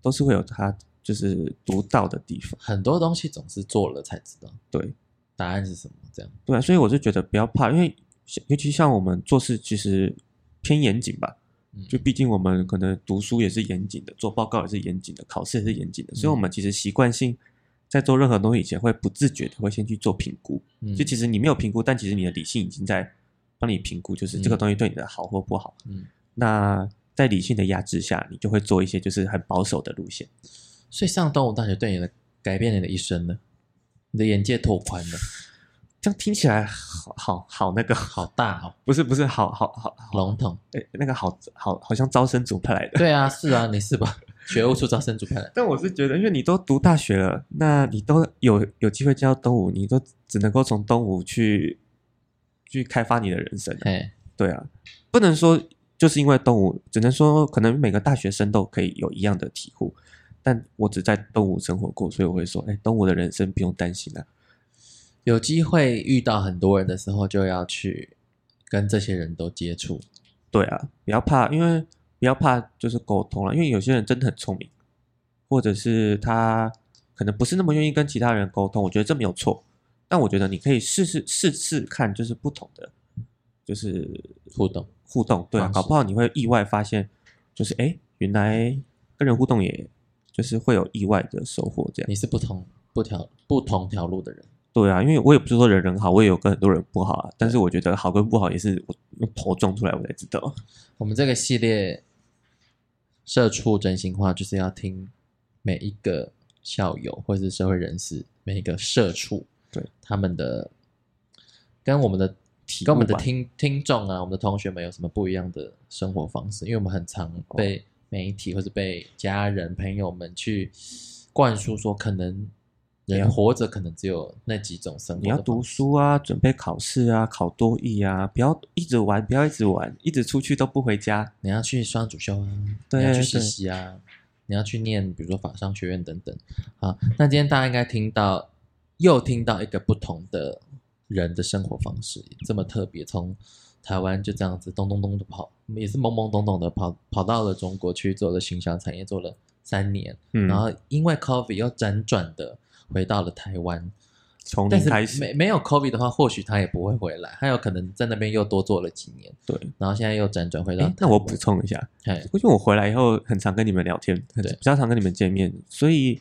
Speaker 2: 都是会有它就是独到的地方。
Speaker 1: 很多东西总是做了才知道
Speaker 2: 对，
Speaker 1: 答案是什么。这样，
Speaker 2: 对啊，所以我就觉得不要怕，因为像尤其像我们做事其实偏严谨吧，
Speaker 1: 嗯
Speaker 2: 就毕竟我们可能读书也是严谨的，做报告也是严谨的，考试也是严谨的，
Speaker 1: 嗯
Speaker 2: 所以我们其实习惯性在做任何东西以前会不自觉的会先去做评估，
Speaker 1: 嗯
Speaker 2: 就其实你没有评估，但其实你的理性已经在帮你评估，就是这个
Speaker 1: 嗯
Speaker 2: 东西对你的好或不好。
Speaker 1: 嗯，
Speaker 2: 那在理性的压制下，你就会做一些就是很保守的路线。
Speaker 1: 所以上东吴大学对你的改变你的一生呢，你的眼界拓宽了，
Speaker 2: 这样听起来好好好那个好，
Speaker 1: 好大哦，
Speaker 2: 不是不是好好好好
Speaker 1: 笼统。
Speaker 2: 哎、那个好好好像招生组派来的。
Speaker 1: 对啊，是啊，你是 吧？学务处招生主派的，
Speaker 2: 但我是觉得，因为你都读大学了，那你都有有机会进到东吴，你都只能够从东吴去去开发你的人生啊、
Speaker 1: 嘿，
Speaker 2: 对啊，不能说就是因为东吴，只能说可能每个大学生都可以有一样的体悟。但我只在东吴生活过，所以我会说，哎、东吴的人生不用担心啊。
Speaker 1: 有机会遇到很多人的时候，就要去跟这些人都接触。
Speaker 2: 对啊，不要怕，因为不要怕就是沟通了，因为有些人真的很聪明，或者是他可能不是那么愿意跟其他人沟通，我觉得这没有错。但我觉得你可以试试试试看，就是不同的就是
Speaker 1: 互动
Speaker 2: 互动，对啊，
Speaker 1: 方式
Speaker 2: 搞不好你会意外发现，就是哎，诶原来跟人互动也就是会有意外的收获，这样
Speaker 1: 你是不同不条不同条路的人，
Speaker 2: 对啊，因为我也不是说人人好，我也有跟很多人不好啊。但是我觉得好跟不好也是我用头撞出来我才知道。
Speaker 1: 我们这个系列社畜真心话，就是要听每一个校友或者是社会人士，每一个社畜，
Speaker 2: 对
Speaker 1: 他们的跟我们的
Speaker 2: 体
Speaker 1: 跟我们
Speaker 2: 悟
Speaker 1: 的
Speaker 2: 吧
Speaker 1: 听听众啊，我们的同学们有什么不一样的生活方式？因为我们很常
Speaker 2: 哦
Speaker 1: 被媒体或者被家人朋友们去灌输说，可能
Speaker 2: 你
Speaker 1: 人
Speaker 2: 要
Speaker 1: 活着可能只有那几种生活。
Speaker 2: 你要读，书啊，准备考试啊，考多艺啊，不要一直玩，不要一直玩，一直出去都不回家。
Speaker 1: 你要去双主修啊，
Speaker 2: 对
Speaker 1: 你要去实
Speaker 2: 对
Speaker 1: 习啊，你要去念比如说法商学院等等。好，那今天大家应该听到又听到一个不同的人的生活方式，这么特别，从台湾就这样子咚咚咚的跑，也是懵懵懂懂的跑跑到了中国去做了行销产业，做了三年，
Speaker 2: 嗯，
Speaker 1: 然后因为 COVID 又辗转的回到了台湾，
Speaker 2: 从
Speaker 1: 但
Speaker 2: 零
Speaker 1: 是
Speaker 2: 开始，
Speaker 1: 没没有 COVID 的话，或许他也不会回来，他有可能在那边又多做了几年，
Speaker 2: 对。
Speaker 1: 然后现在又辗转回到
Speaker 2: 诶
Speaker 1: 台
Speaker 2: 那我
Speaker 1: 湾
Speaker 2: 补充一下，
Speaker 1: 嘿
Speaker 2: 因为我回来以后很常跟你们聊天，很
Speaker 1: 对
Speaker 2: 比较常跟你们见面，所以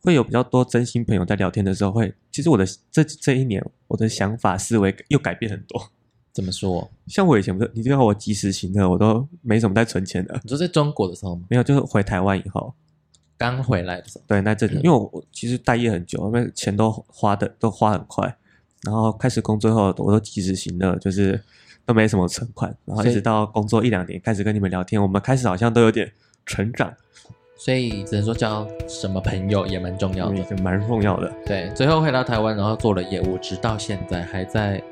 Speaker 2: 会有比较多真心朋友在聊天的时候会，其实我的这这一年我的想法思维又改变很多。
Speaker 1: 怎么说？
Speaker 2: 像我以前不是，你知道我及时行乐，我都没怎么在存钱的，
Speaker 1: 你说在中国的时候吗？
Speaker 2: 没有，就是回台湾以后，
Speaker 1: 刚回来的时候，
Speaker 2: 对，那这里，因为我我其实待业很久，因为钱都花的都花很快，然后开始工作后，我都及时行乐，就是都没什么存款，然后
Speaker 1: 所
Speaker 2: 一
Speaker 1: 以
Speaker 2: 直到工作一两年开始跟你们聊天，我们开始好像都有点成长，
Speaker 1: 所以只能说交什么朋友也蛮重要
Speaker 2: 也
Speaker 1: 的。
Speaker 2: 是蛮重要的。
Speaker 1: 对，最后回到台湾，然后做了业务，直到现在还在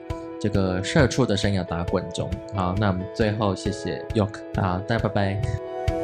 Speaker 1: 这个社畜的生涯打滚中。好，那我们最后谢谢 Yok，好，大家拜拜。